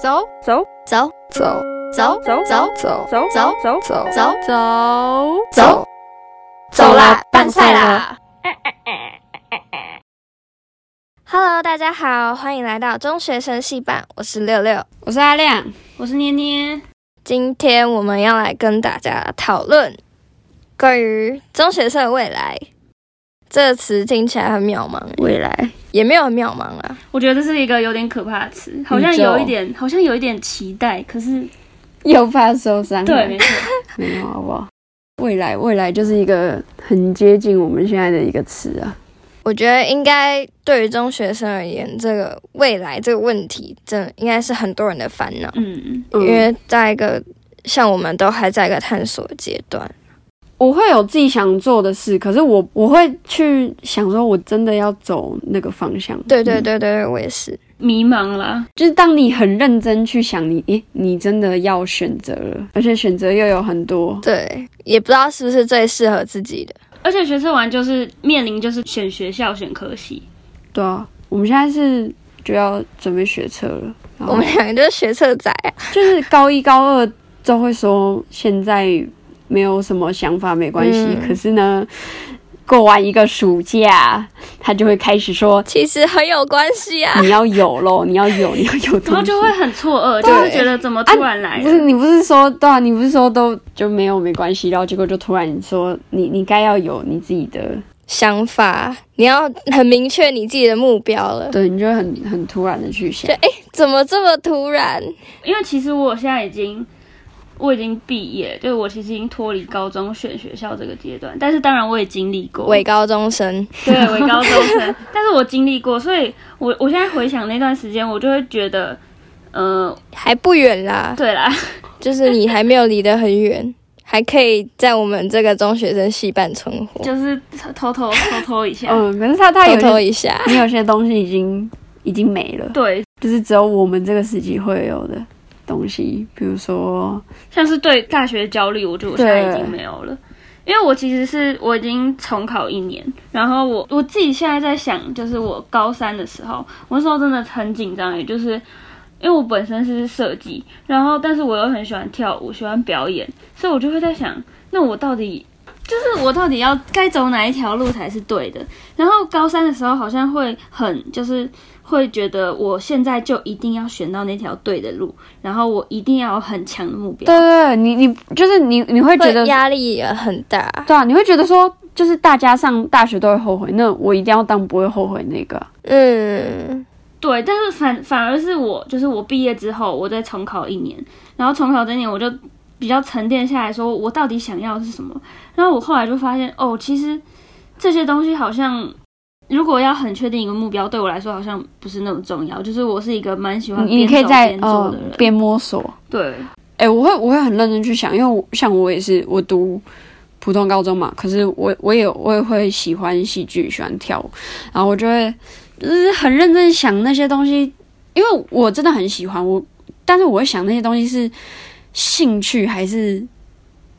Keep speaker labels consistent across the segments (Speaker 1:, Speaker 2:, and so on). Speaker 1: 走
Speaker 2: 走
Speaker 3: 走
Speaker 4: 走
Speaker 3: 走
Speaker 2: 走
Speaker 3: 走
Speaker 4: 走
Speaker 2: 走走走走
Speaker 3: 走
Speaker 1: 走，
Speaker 3: 走，走啦，拌菜啦！Hello，大家好，欢迎来到中学生戏版，我是六六。
Speaker 5: 我是阿亮，我是捏捏。
Speaker 3: 今天我们要来跟大家讨论关于中学生的未来。这个词听起来很渺茫，
Speaker 5: 未来，
Speaker 3: 也没有很渺茫啊。
Speaker 5: 我觉得这是一个有点可怕的词，好像有一点，好像有一点期待，可是
Speaker 2: 又怕受伤
Speaker 5: 对，没错，
Speaker 2: 没有好不好？未来，未来就是一个很接近我们现在的一个词啊。
Speaker 3: 我觉得应该对于中学生而言，这个未来这个问题，真的应该是很多人的烦恼。
Speaker 5: 嗯，
Speaker 2: 嗯
Speaker 3: 因为在一个像我们都还在一个探索阶段，
Speaker 2: 我会有自己想做的事，可是我我会去想说，我真的要走那个方向。
Speaker 3: 对对对对对，
Speaker 2: 嗯
Speaker 3: 我也是，
Speaker 5: 迷茫啦。
Speaker 2: 就是当你很认真去想你，诶，你真的要选择了，而且选择又有很多。
Speaker 3: 对，也不知道是不是最适合自己的。
Speaker 5: 而且学测完就是面临就是选学校、选科系，
Speaker 2: 对啊，我们现在是就要准备学车了，然
Speaker 3: 我
Speaker 2: 后
Speaker 3: 们两个就是学测仔 啊，
Speaker 2: 就是高一高二都会说现在没有什么想法没关系，
Speaker 3: 嗯
Speaker 2: 可是呢，过完一个暑假，他就会开始 说
Speaker 3: 其实很有关系啊。
Speaker 2: 你要有咯，你要 有，你要有
Speaker 5: 然后
Speaker 2: 东西
Speaker 5: 就。会很错愕，就会觉得怎么突然来
Speaker 2: 不是
Speaker 5: 了？
Speaker 2: 你不是说对啊？你不是说都就没有没关系，然后结果就突然说你你该要有你自己的，
Speaker 3: 想法，你要很明确你自己的目标了。
Speaker 2: 对，你就会很很突然的去想
Speaker 3: 就，哎、怎么这么突然？
Speaker 5: 因为其实我现在已经。我已经毕业，就是我其实已经脱离高中选学校这个阶段，但是当然我也经历过，
Speaker 3: 伪高中生，
Speaker 5: 对，为高中 生，但是我经历过，所以我我现在回想那段时间，我就会觉得，呃，
Speaker 3: 还不远啦，
Speaker 5: 对啦，
Speaker 3: 就是你还没有离得很远，还可以在我们这个中学生系办存活，
Speaker 5: 就是偷偷偷偷一下，
Speaker 2: 嗯，可是他他有
Speaker 3: 偷
Speaker 2: 些
Speaker 3: 偷一下。
Speaker 2: 你有些东西已经已经没了，
Speaker 5: 对，
Speaker 2: 就是只有我们这个时期会有的东西，比如说，
Speaker 5: 像是对大学焦虑，我觉得我现在已经没有了，因为我其实是我已经重考一年，然后我我自己现在在想，就是我高三的时候，我那时候真的很紧张，也就是因为我本身是设计，然后但是我又很喜欢跳舞，喜欢表演，所以我就会在想，那我到底。就是我到底要该走哪一条路才是对的？然后高三的时候好像会很，就是会觉得我现在就一定要选到那条对的路，然后我一定要有很强的目标。
Speaker 2: 对对对，你你就是你你会觉得
Speaker 3: 会压力也很大，
Speaker 2: 对啊，你会觉得说，就是大家上大学都会后悔，那我一定要当不会后悔那个啊。
Speaker 3: 嗯，
Speaker 5: 对，但是反反而是我，就是我毕业之后，我再重考一年，然后重考这一年我就比较沉淀下来说，我到底想要的是什么。然后我后来就发现，哦，其实这些东西好像，如果要很确定一个目标，对我来说好像不是那么重要。就是我是一个蛮喜欢
Speaker 2: 嗯你你可以
Speaker 5: 边走
Speaker 2: 在
Speaker 5: 边做
Speaker 2: 呃
Speaker 5: 的人，
Speaker 2: 边摸索。
Speaker 5: 对，
Speaker 2: 哎、我会我会很认真去想，因为我像我也是我读普通高中嘛，可是我我也我也会喜欢戏剧，喜欢跳舞，然后我就会就是很认真想那些东西，因为我真的很喜欢我，但是我会想那些东西是兴趣还是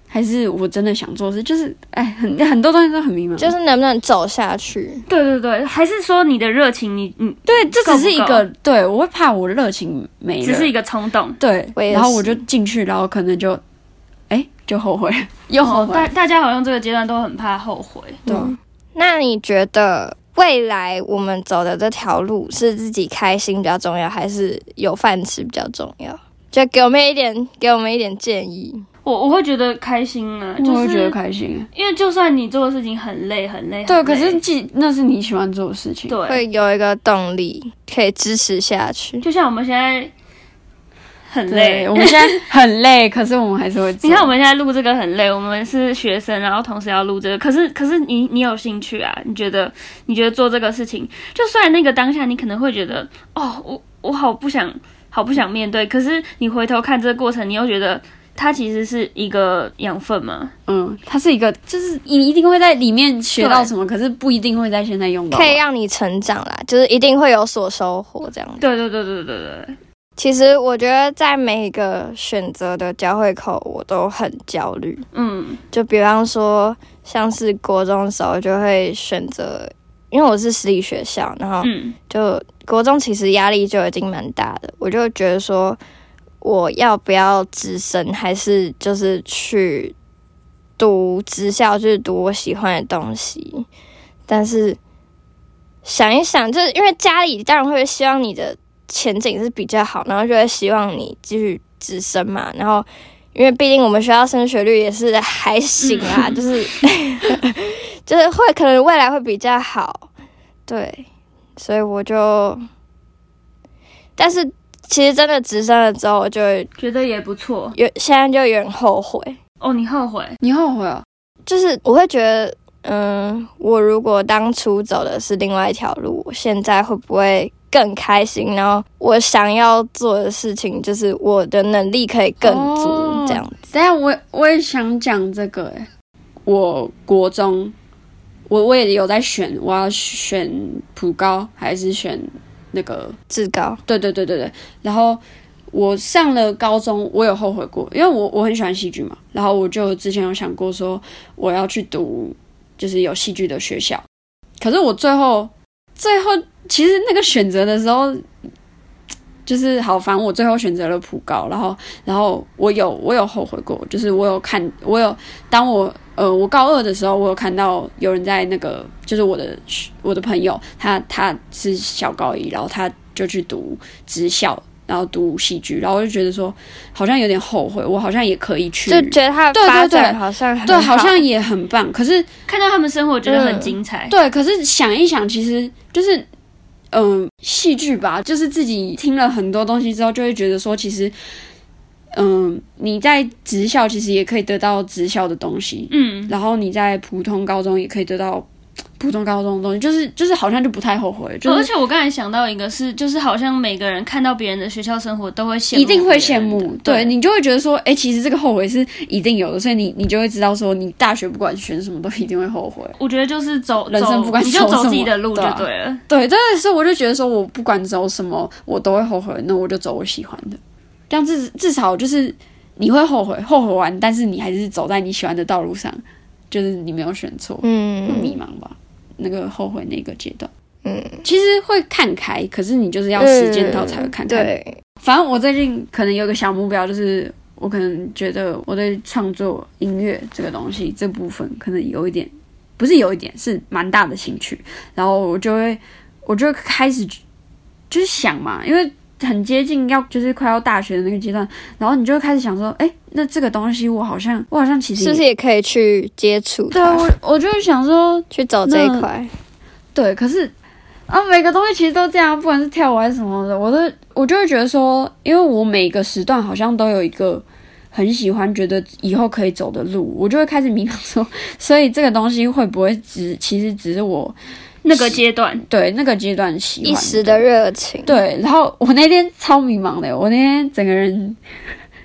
Speaker 2: 还是我真的想做的事，就是哎，很很多东西都很迷茫，
Speaker 3: 就是能不能走下去？
Speaker 5: 对对对，还是说你的热情，你你
Speaker 2: 对，这只是一
Speaker 5: 够不
Speaker 2: 个对我会怕我热情没了，
Speaker 5: 只是一个冲动。
Speaker 2: 对
Speaker 3: 我，也
Speaker 2: 然后我
Speaker 3: 是
Speaker 2: 就进去，然后可能就哎、就后悔了，又后
Speaker 5: 哦，
Speaker 2: 悔了。
Speaker 5: 大大家好像这个阶段都很怕后悔。
Speaker 2: 对啊
Speaker 3: 那你觉得未来我们走的这条路是自己开心比较重要，还是有饭吃比较重要？就给我们一点，给我们一点建议。
Speaker 5: 我我会觉得开心啊，就
Speaker 2: 我会
Speaker 5: 是
Speaker 2: 觉得开心。
Speaker 5: 因为就算你做的事情很累很累，
Speaker 2: 对，
Speaker 5: 很
Speaker 2: 可
Speaker 5: 累
Speaker 2: 是既那是你喜欢做的事情。
Speaker 5: 对，
Speaker 3: 会有一个动力可以支持下去。
Speaker 5: 就像我们现在很累
Speaker 2: 对，我，们现在很累，可是我们还是会做。
Speaker 5: 你看我们现在录这个很累，我们是学生，然后同时要录这个，可是可是你你有兴趣啊？你觉得你觉得做这个事情，就算那个当下你可能会觉得哦，我我好不想好不想面对，可是你回头看这个过程，你又觉得它其实是一个养分嘛，
Speaker 2: 嗯，它是一个，就是你一定会在里面学到什么，可是不一定会在现在用到。
Speaker 3: 可
Speaker 5: 啊
Speaker 3: 以让你成长啦，就是一定会有所收获这样子。
Speaker 5: 对对对对对对，
Speaker 3: 其实我觉得在每一个选择的交汇口，我都很焦虑。
Speaker 5: 嗯，
Speaker 3: 就比方说，像是国中的时候就会选择因为我是私立学校，然后
Speaker 5: 嗯，
Speaker 3: 就国中其实压力就已经蛮大的，我就觉得说我要不要直升，还是就是去读职校，就是读我喜欢的东西。但是想一想，就是因为家里当然会希望你的前景是比较好，然后就会希望你继续直升嘛，然后。因为毕竟我们学校升学率也是还行啊，就是就是会可能未来会比较好，对，所以我就，但是其实真的直升了之后，我就会
Speaker 5: 觉得也不错。
Speaker 3: 有现在就有点后悔，
Speaker 5: 哦，你后悔？
Speaker 2: 你后悔哦了？
Speaker 3: 就是我会觉得，嗯，我如果当初走的是另外一条路，我现在会不会更开心？然后我想要做的事情，就是我的能力可以更足，
Speaker 2: 哦
Speaker 3: 这样子。
Speaker 2: 等一下我我也想讲这个哎、我国中我我也有在选，我要选普高还是选那个
Speaker 3: 至高，
Speaker 2: 对对对对对。然后我上了高中，我有后悔过，因为我我很喜欢戏剧嘛。然后我就之前有想过说我要去读就是有戏剧的学校，可是我最后最后其实那个选择的时候。就是好，反正我最后选择了普高，然后，然后我有我有后悔过，就是我有看，我有当我呃我高二的时候，我有看到有人在那个，就是我的我的朋友，他他是小高一，然后他就去读职校，然后读戏剧，然后我就觉得说，好像有点后悔，我好像也可以去，
Speaker 3: 就觉得他的
Speaker 2: 对对
Speaker 3: 发
Speaker 2: 对
Speaker 3: 展好像很
Speaker 2: 对，好像也很棒。可是
Speaker 5: 看到他们生活觉得很精彩。
Speaker 2: 对，可是想一想，其实就是，嗯、戏剧吧，就是自己听了很多东西之后，就会觉得说，其实，嗯、你在职校其实也可以得到职校的东西，
Speaker 5: 嗯，
Speaker 2: 然后你在普通高中也可以得到普通高中的东西，就是就是好像就不太后悔，就
Speaker 5: 哦而
Speaker 2: 是
Speaker 5: 且我刚才想到一个是，就是好像每个人看到别人的学校生活都会羡慕，
Speaker 2: 一定会羡慕，对
Speaker 5: 对
Speaker 2: 你就会觉得说，哎、其实这个后悔是一定有的，所以你你就会知道说，你大学不管选什么都一定会后悔。
Speaker 5: 我觉得就是走
Speaker 2: 人生
Speaker 5: 走
Speaker 2: 不管
Speaker 5: 你就
Speaker 2: 走什
Speaker 5: 走
Speaker 2: 么
Speaker 5: 自己的路就
Speaker 2: 对啊
Speaker 5: 对了。
Speaker 2: 对，但是我就觉得说，我不管走什么，我都会后悔，那我就走我喜欢的，这样至至少就是你会后悔，后悔完，但是你还是走在你喜欢的道路上，就是你没有选错，会迷
Speaker 3: 嗯
Speaker 2: 茫吧？那个后悔那个阶段，
Speaker 3: 嗯，
Speaker 2: 其实会看开，可是你就是要时间到才会看
Speaker 3: 嗯
Speaker 2: 开。
Speaker 3: 对，
Speaker 2: 反正我最近可能有个小目标，就是我可能觉得我对创作音乐这个东西这部分可能有一点，不是有一点，是蛮大的兴趣。然后我就会，我就会开始就是想嘛，因为很接近要就是快要大学的那个阶段，然后你就会开始想说，哎，那这个东西我好像我好像其实
Speaker 3: 是不是
Speaker 2: 也
Speaker 3: 也可以去接触
Speaker 2: 对啊
Speaker 3: 它，
Speaker 2: 我我就会想说，哎
Speaker 3: 去走这
Speaker 2: 那
Speaker 3: 一块？
Speaker 2: 对，可是啊，每个东西其实都这样，不管是跳舞还是什么的，我都我就会觉得说，因为我每个时段好像都有一个很喜欢，觉得以后可以走的路，我就会开始迷茫说，所以这个东西会不会只其实只是我
Speaker 5: 那个阶 段，
Speaker 2: 对那个阶段喜欢
Speaker 3: 一时的热情，
Speaker 2: 对，然后我那天超迷茫的，我那天整个人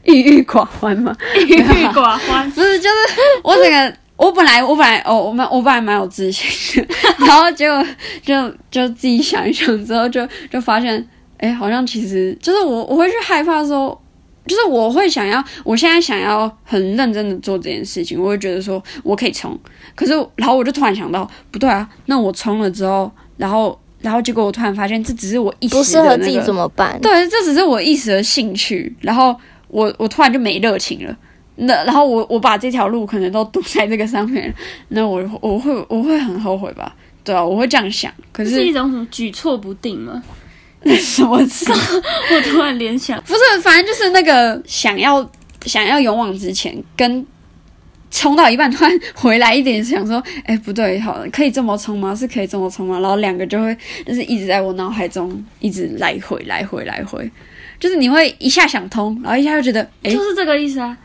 Speaker 2: 郁 郁寡欢嘛，
Speaker 5: 郁郁寡欢。
Speaker 2: 不是，就是我整个，我本来我本来哦，我蛮我本来蛮有自信的， 然后结果就就自己想一想之后就，就发现，哎，好像其实就是我我会去害怕说。就是我会想要，我现在想要很认真的做这件事情，我会觉得说我可以冲，可是然后我就突然想到，不对啊，那我冲了之后，然后然后结果我突然发现，这只是我一时
Speaker 3: 不适
Speaker 2: 的
Speaker 3: 合
Speaker 2: 那
Speaker 3: 自己
Speaker 2: 个
Speaker 3: 怎么办？
Speaker 2: 对，这只是我一时的兴趣，然后我我突然就没热情了。那然后我我把这条路可能都堵在这个上面，那我我会我会很后悔吧？对啊，我会这样想。可
Speaker 5: 是一
Speaker 2: 是
Speaker 5: 种什么举措不定吗？
Speaker 2: 什么事？
Speaker 5: 我突然联想，
Speaker 2: 不是，反正就是那个想要想要勇往直前，跟冲到一半突然回来一点，想说，哎，不对，好，可以这么冲吗？是可以这么冲吗？然后两个就会就是一直在我脑海中一直来回来回来回，就是你会一下想通，然后一下又觉得，哎，
Speaker 5: 就是这个意思啊，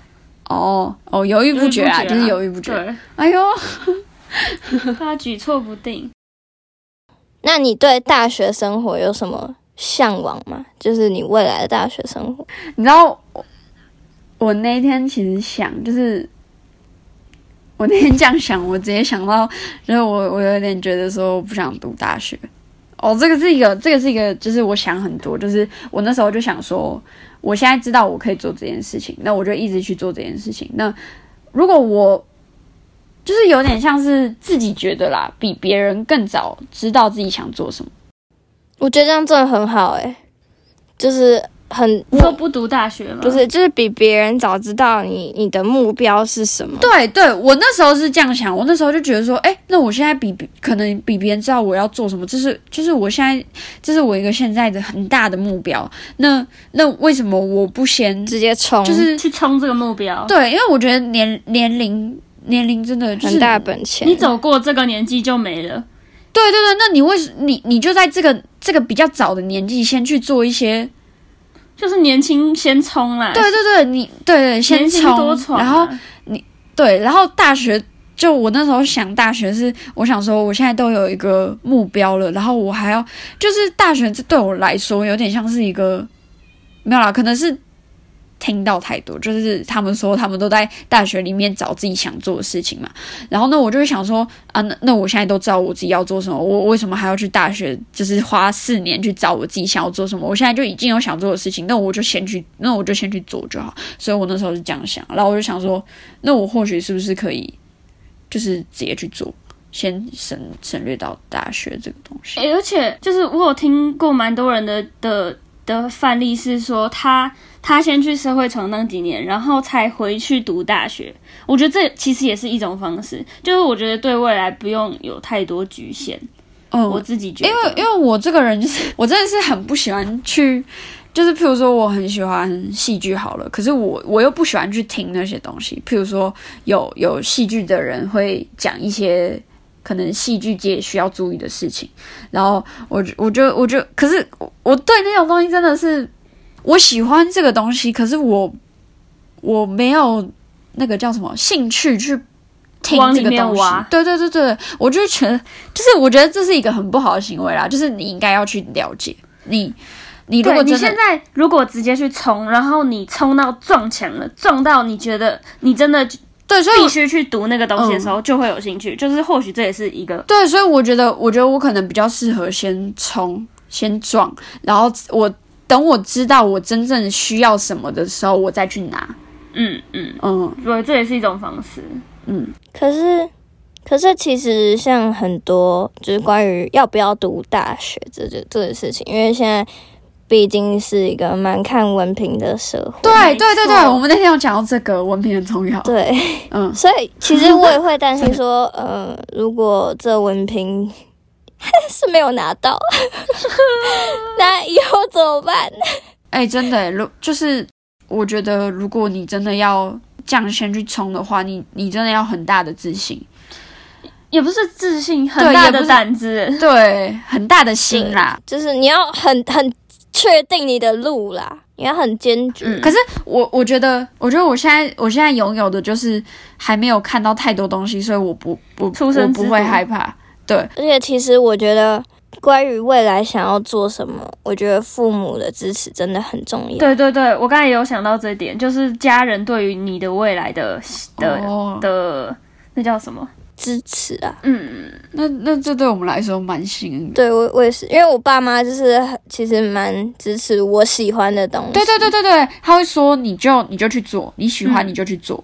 Speaker 2: 哦哦，犹豫
Speaker 5: 犹豫
Speaker 2: 不决啊，
Speaker 5: 啊
Speaker 2: 就是犹豫不决。
Speaker 5: 对，
Speaker 2: 哎呦，
Speaker 5: 他举措不定。
Speaker 3: 那你对大学生活有什么向往吗？就是你未来的大学生活，
Speaker 2: 你知道我我那一天其实想，就是我那天这样想，我直接想到，就是我我有点觉得说我不想读大学。哦，这个是一个，这个是一个，就是我想很多，就是我那时候就想说，我现在知道我可以做这件事情，那我就一直去做这件事情。那如果我就是有点像是自己觉得啦，比别人更早知道自己想做什么。
Speaker 3: 我觉得这样真的很好哎、就是很
Speaker 5: 你说不读大学吗？
Speaker 3: 不，是，就是比别人早知道你你的目标是什么。
Speaker 2: 对对，我那时候是这样想，我那时候就觉得说，哎，那我现在比比可能比别人知道我要做什么，这是就是我现在这是我一个现在的很大的目标。那那为什么我不先
Speaker 3: 直接冲，
Speaker 2: 就是
Speaker 5: 去冲这个目标。，
Speaker 2: 对？因为我觉得年年龄年龄真的就是
Speaker 3: 很大本钱。
Speaker 5: 你走过这个年纪就没了。
Speaker 2: 对对对，那你为什你你就在这个这个比较早的年纪先去做一些，
Speaker 5: 就是年轻先冲啦，
Speaker 2: 对，对对，你对对先
Speaker 5: 啊年轻多
Speaker 2: 冲，
Speaker 5: 闯啊、
Speaker 2: 然后对，然后大学就我那时候想，大学是我想说，我现在都有一个目标了，然后我还要就是大学这对我来说有点像是一个没有啦，可能是听到太多，就是他们说他们都在大学里面找自己想做的事情嘛。然后呢，我就会想说啊，那那我现在都知道我自己要做什么，我我为什么还要去大学，就是花四年去找我自己想要做什么？我现在就已经有想做的事情，那我就先去，那我就先去做就好。所以我那时候是这样想，然后我就想说，那我或许是不是可以，就是直接去做，先省省略到大学这个东西。
Speaker 5: 诶而且就是我有听过蛮多人的的的范例是说他他先去社会闯荡几年，然后才回去读大学。我觉得这其实也是一种方式，就是我觉得对未来不用有太多局限。
Speaker 2: 嗯，
Speaker 5: 我自己觉
Speaker 2: 因
Speaker 5: 得，
Speaker 2: 为因为我这个人就是 我真的是很不喜欢去，就是譬如说我很喜欢戏剧好了，可是我我又不喜欢去听那些东西，譬如说有有戏剧的人会讲一些。可能戏剧界需要注意的事情，然后我就我就我就，可是我我对那种东西真的是我喜欢这个东西，可是我我没有那个叫什么兴趣去听
Speaker 5: 往
Speaker 2: 这
Speaker 5: 里
Speaker 2: 个
Speaker 5: 面
Speaker 2: 东西
Speaker 5: 挖。
Speaker 2: 对对对对，我就觉得，就是我觉得这是一个很不好的行为啦，就是你应该要去了解你。你如
Speaker 5: 对
Speaker 2: 果
Speaker 5: 你
Speaker 2: 真的
Speaker 5: 现在如果直接去冲，然后你冲到撞墙了，撞到你觉得你真的
Speaker 2: 对，所以
Speaker 5: 必
Speaker 2: 我
Speaker 5: 须去读那个东西的时候，就会有兴趣。就是或许这也是一个
Speaker 2: 对，所以我觉得，我觉得我可能比较适合先冲，先撞，然后我等我知道我真正需要什么的时候，我再去拿。
Speaker 5: 嗯嗯，
Speaker 2: 嗯，
Speaker 5: 我觉得这也是一种方式。
Speaker 3: 可是，可是其实像很多就是关于要不要读大学这这这个事情，因为现在毕竟是一个蛮看文凭的社会，
Speaker 2: 对对对对，
Speaker 5: 错
Speaker 2: 我们那天有讲到这个文凭很重要。
Speaker 3: 对，
Speaker 2: 嗯，
Speaker 3: 所以其实我也会担心说，呃，如果这文凭 是没有拿到，那以后怎么办？
Speaker 2: 哎、真的、如就是我觉得，如果你真的要这样先去冲的话，你你真的要很大的自 信。
Speaker 5: 也不是自信，很
Speaker 2: 对
Speaker 5: 大
Speaker 2: 也不
Speaker 5: 的
Speaker 2: 是
Speaker 5: 胆子。
Speaker 2: 对，很大的心啦。
Speaker 3: 就是你要很很确定你的路啦，你要很坚决。
Speaker 5: 嗯
Speaker 2: 可是我我觉得，我觉得我现在我现在拥有的就是还没有看到太多东西，所以我不不
Speaker 5: 初生
Speaker 2: 我
Speaker 5: 之
Speaker 2: 不会
Speaker 5: 犊
Speaker 2: 害怕。对，
Speaker 3: 而且其实我觉得，关于未来想要做什么，我觉得父母的支持真的很重要。
Speaker 5: 对对对，我刚才也有想到这一点，就是家人对于你的未来的的、
Speaker 2: 哦，
Speaker 5: 的那叫什么？
Speaker 3: 支持啊，
Speaker 5: 嗯，
Speaker 2: 那那这对我们来说蛮幸运的。
Speaker 3: 对我我也是，因为我爸妈就是很其实蛮支持我喜欢的东西。
Speaker 2: 对对对对对，他会说你就你就去做，你喜欢
Speaker 5: 嗯
Speaker 2: 你就去做，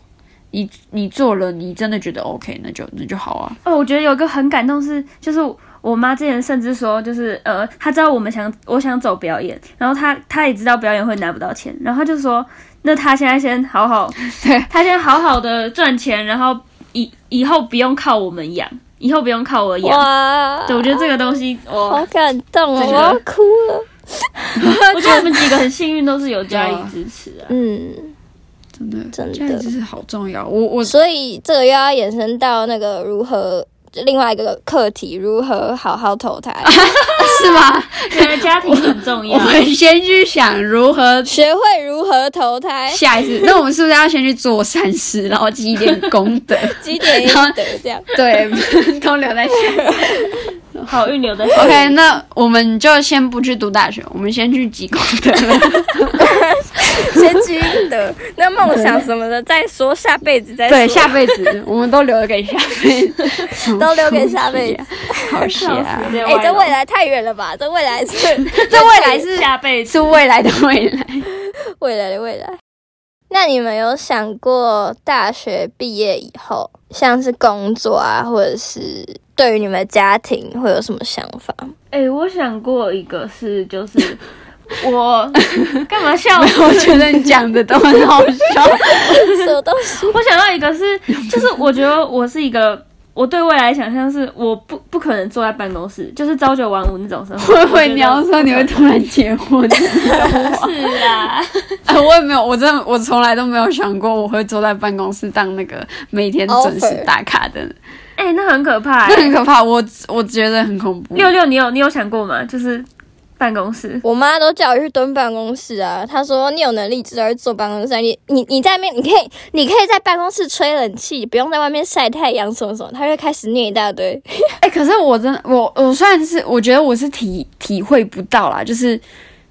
Speaker 2: 你你做了你真的觉得 OK，那就那就好啊。
Speaker 5: 哦，我觉得有一个很感动是，就是我妈之前甚至说，就是呃，她知道我们想我想走表演，然后她她也知道表演会拿不到钱，然后她就说，那她现在先好好，
Speaker 2: 对
Speaker 5: 她先好好的赚钱，然后以以后不用靠我们养，以后不用靠我养。
Speaker 3: 哇，
Speaker 5: 对，我觉得这个东西，我
Speaker 3: 好感动哦，我
Speaker 5: 这个
Speaker 3: 要哭了。
Speaker 5: 我觉得我们几个很幸运，都是有家里支持 啊。
Speaker 3: 嗯，
Speaker 2: 真的，
Speaker 3: 真的
Speaker 2: 家里支持好重要。我我
Speaker 3: 所以这个又要延伸到那个如何。另外一个课题，如何好好投 胎，
Speaker 2: 是吗？
Speaker 5: 原来家庭很重
Speaker 2: 我
Speaker 5: 要。
Speaker 2: 们先去想如何
Speaker 3: 学会如何投胎，
Speaker 2: 下一次，那我们是不是要先去做善事，然后积一点功德？
Speaker 3: 几点应得这样。
Speaker 2: 对，都留在下。
Speaker 5: 好运留的
Speaker 2: OK，那我们就先不去读大学，我们先去积功德。
Speaker 3: 先积阴德，那梦想什么的再说，下辈子再说，
Speaker 2: 对，下辈 子我们都留给下辈子，
Speaker 3: 都留给下辈 子。
Speaker 2: 好写啊！
Speaker 5: 哎
Speaker 3: 哎、这未来太远了吧？这未来是
Speaker 2: 这未来是
Speaker 5: 下辈子
Speaker 2: 是未来的未来。
Speaker 3: 未来的未来。那你们有想过大学毕业以后像是工作啊，或者是对于你们家庭会有什么想 法？
Speaker 5: 哎、我想过一个事，就是 我干嘛笑？
Speaker 2: 我觉得你讲的都很好 笑。
Speaker 3: 什么东西？
Speaker 5: 我想到一个是，就是我觉得我是一个，我对未来想象是我不不可能坐在办公室，就是朝九晚五那种生活。
Speaker 2: 会不会
Speaker 5: 我觉得
Speaker 2: 你要说你会突然结婚？
Speaker 5: 是啊，
Speaker 2: 哎，我也没有，我真的我从来都没有想过我会坐在办公室当那个每天准
Speaker 5: 哦
Speaker 2: 时
Speaker 3: Offer
Speaker 2: 打卡的人，
Speaker 5: 哎、那很可怕、
Speaker 2: 那很
Speaker 5: 欸。
Speaker 2: 可怕。我我觉得很恐怖。
Speaker 5: 六六，你有你有想过吗？就是办公室，
Speaker 3: 我妈都叫我去蹲办公室啊，她说你有能力至少去坐办公室啊，你你你在那边，你可以你可以在办公室吹冷气，不用在外面晒太阳什么什么，她就开始念一大 堆。
Speaker 2: 哎、可是我真的，我我虽然是我觉得我是体体会不到啦，就是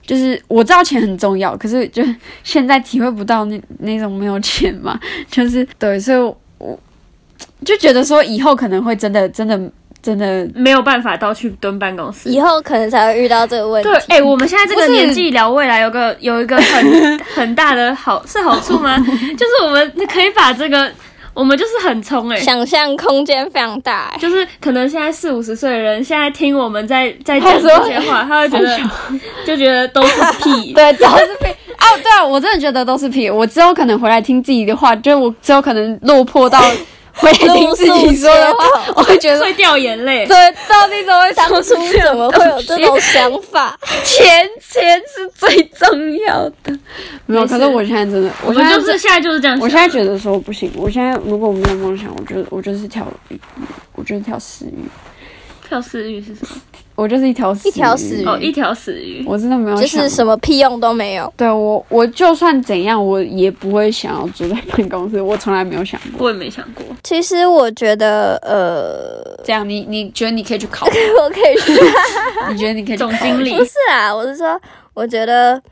Speaker 2: 就是我知道钱很重要，可是就现在体会不到那那种没有钱嘛， 就是对，所以我我就觉得说以后可能会真的真的真的
Speaker 5: 没有办法到去蹲办公室。
Speaker 3: 以后可能才会遇到这个问题
Speaker 5: 对。，哎、我们现在这个
Speaker 2: 不是
Speaker 5: 年纪聊未来，有个有一个 很很大的好是好处吗？就是我们可以把这个，我们就是很冲哎、
Speaker 3: 想象空间非常大、 哎
Speaker 5: 就是可能现在四五十岁的人，现在听我们在在讲
Speaker 2: 他说
Speaker 5: 这些话，他会觉得就觉得都是屁。
Speaker 2: 对都是屁哦，对啊，我真的觉得都是屁。我之后可能回来听自己的话，就是我之后可能落魄 到回来听自己说的
Speaker 3: 露宿
Speaker 2: 话，我会 觉得
Speaker 5: 会掉眼泪，
Speaker 2: 对，到底怎么会
Speaker 3: 当
Speaker 2: 说
Speaker 3: 初
Speaker 2: 出这
Speaker 3: 怎么会有这种想法？
Speaker 2: 钱钱是最重要的。没有，
Speaker 5: 没事
Speaker 2: 可是我现在真的，
Speaker 5: 我
Speaker 2: 我现
Speaker 5: 们
Speaker 2: 在
Speaker 5: 就是现在就是这样 想。
Speaker 2: 我现在觉得说不行，我现在如果我没有梦想，我就我就是一条鱼，我就是一条死鱼，
Speaker 5: 跳死鱼是什么？
Speaker 2: 我就是一条
Speaker 3: 一条死鱼
Speaker 5: 哦，一条死鱼。
Speaker 2: 我真的没有
Speaker 3: 就
Speaker 2: 想
Speaker 3: 是什么屁用都没有。
Speaker 2: 对我，我就算怎样，我也不会想要住在办公室，我从来没有想过。
Speaker 5: 我也没想过，
Speaker 3: 其实我觉得，呃，
Speaker 2: 这样，你你觉得你可以去考？
Speaker 3: 我可以说，
Speaker 2: 你觉得你可以去考
Speaker 5: 总经理
Speaker 3: 不是啊，我是说，我觉得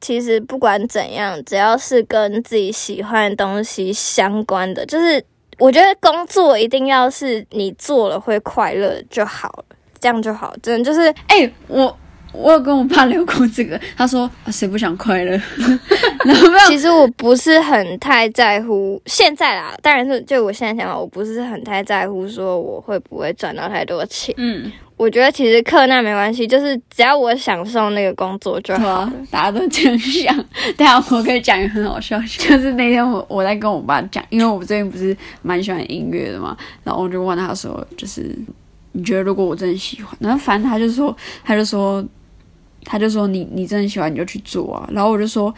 Speaker 3: 其实不管怎样，只要是跟自己喜欢的东西相关的，就是我觉得工作一定要是你做了会快乐就好了，这样就好。真的就是
Speaker 2: 哎、我我有跟我爸聊过这个，他说、啊、谁不想快乐？然后没有
Speaker 3: 其实我不是很太在乎现在啦，当然是就我现在想法，我不是很太在乎说我会不会赚到太多钱。
Speaker 5: 嗯，
Speaker 3: 我觉得其实克难没关系，就是只要我享受那个工作就
Speaker 2: 对
Speaker 3: 好。
Speaker 2: 啊，大家都这样想。 但我可以讲一个很好笑的事， 就是那天我我在跟我爸讲，因为我最近不是蛮喜欢音乐的嘛，然后我就问他说，就是你觉得如果我真的喜欢，然后反正他就说，他就说，他就说你你真的喜欢你就去做啊。然后我就说，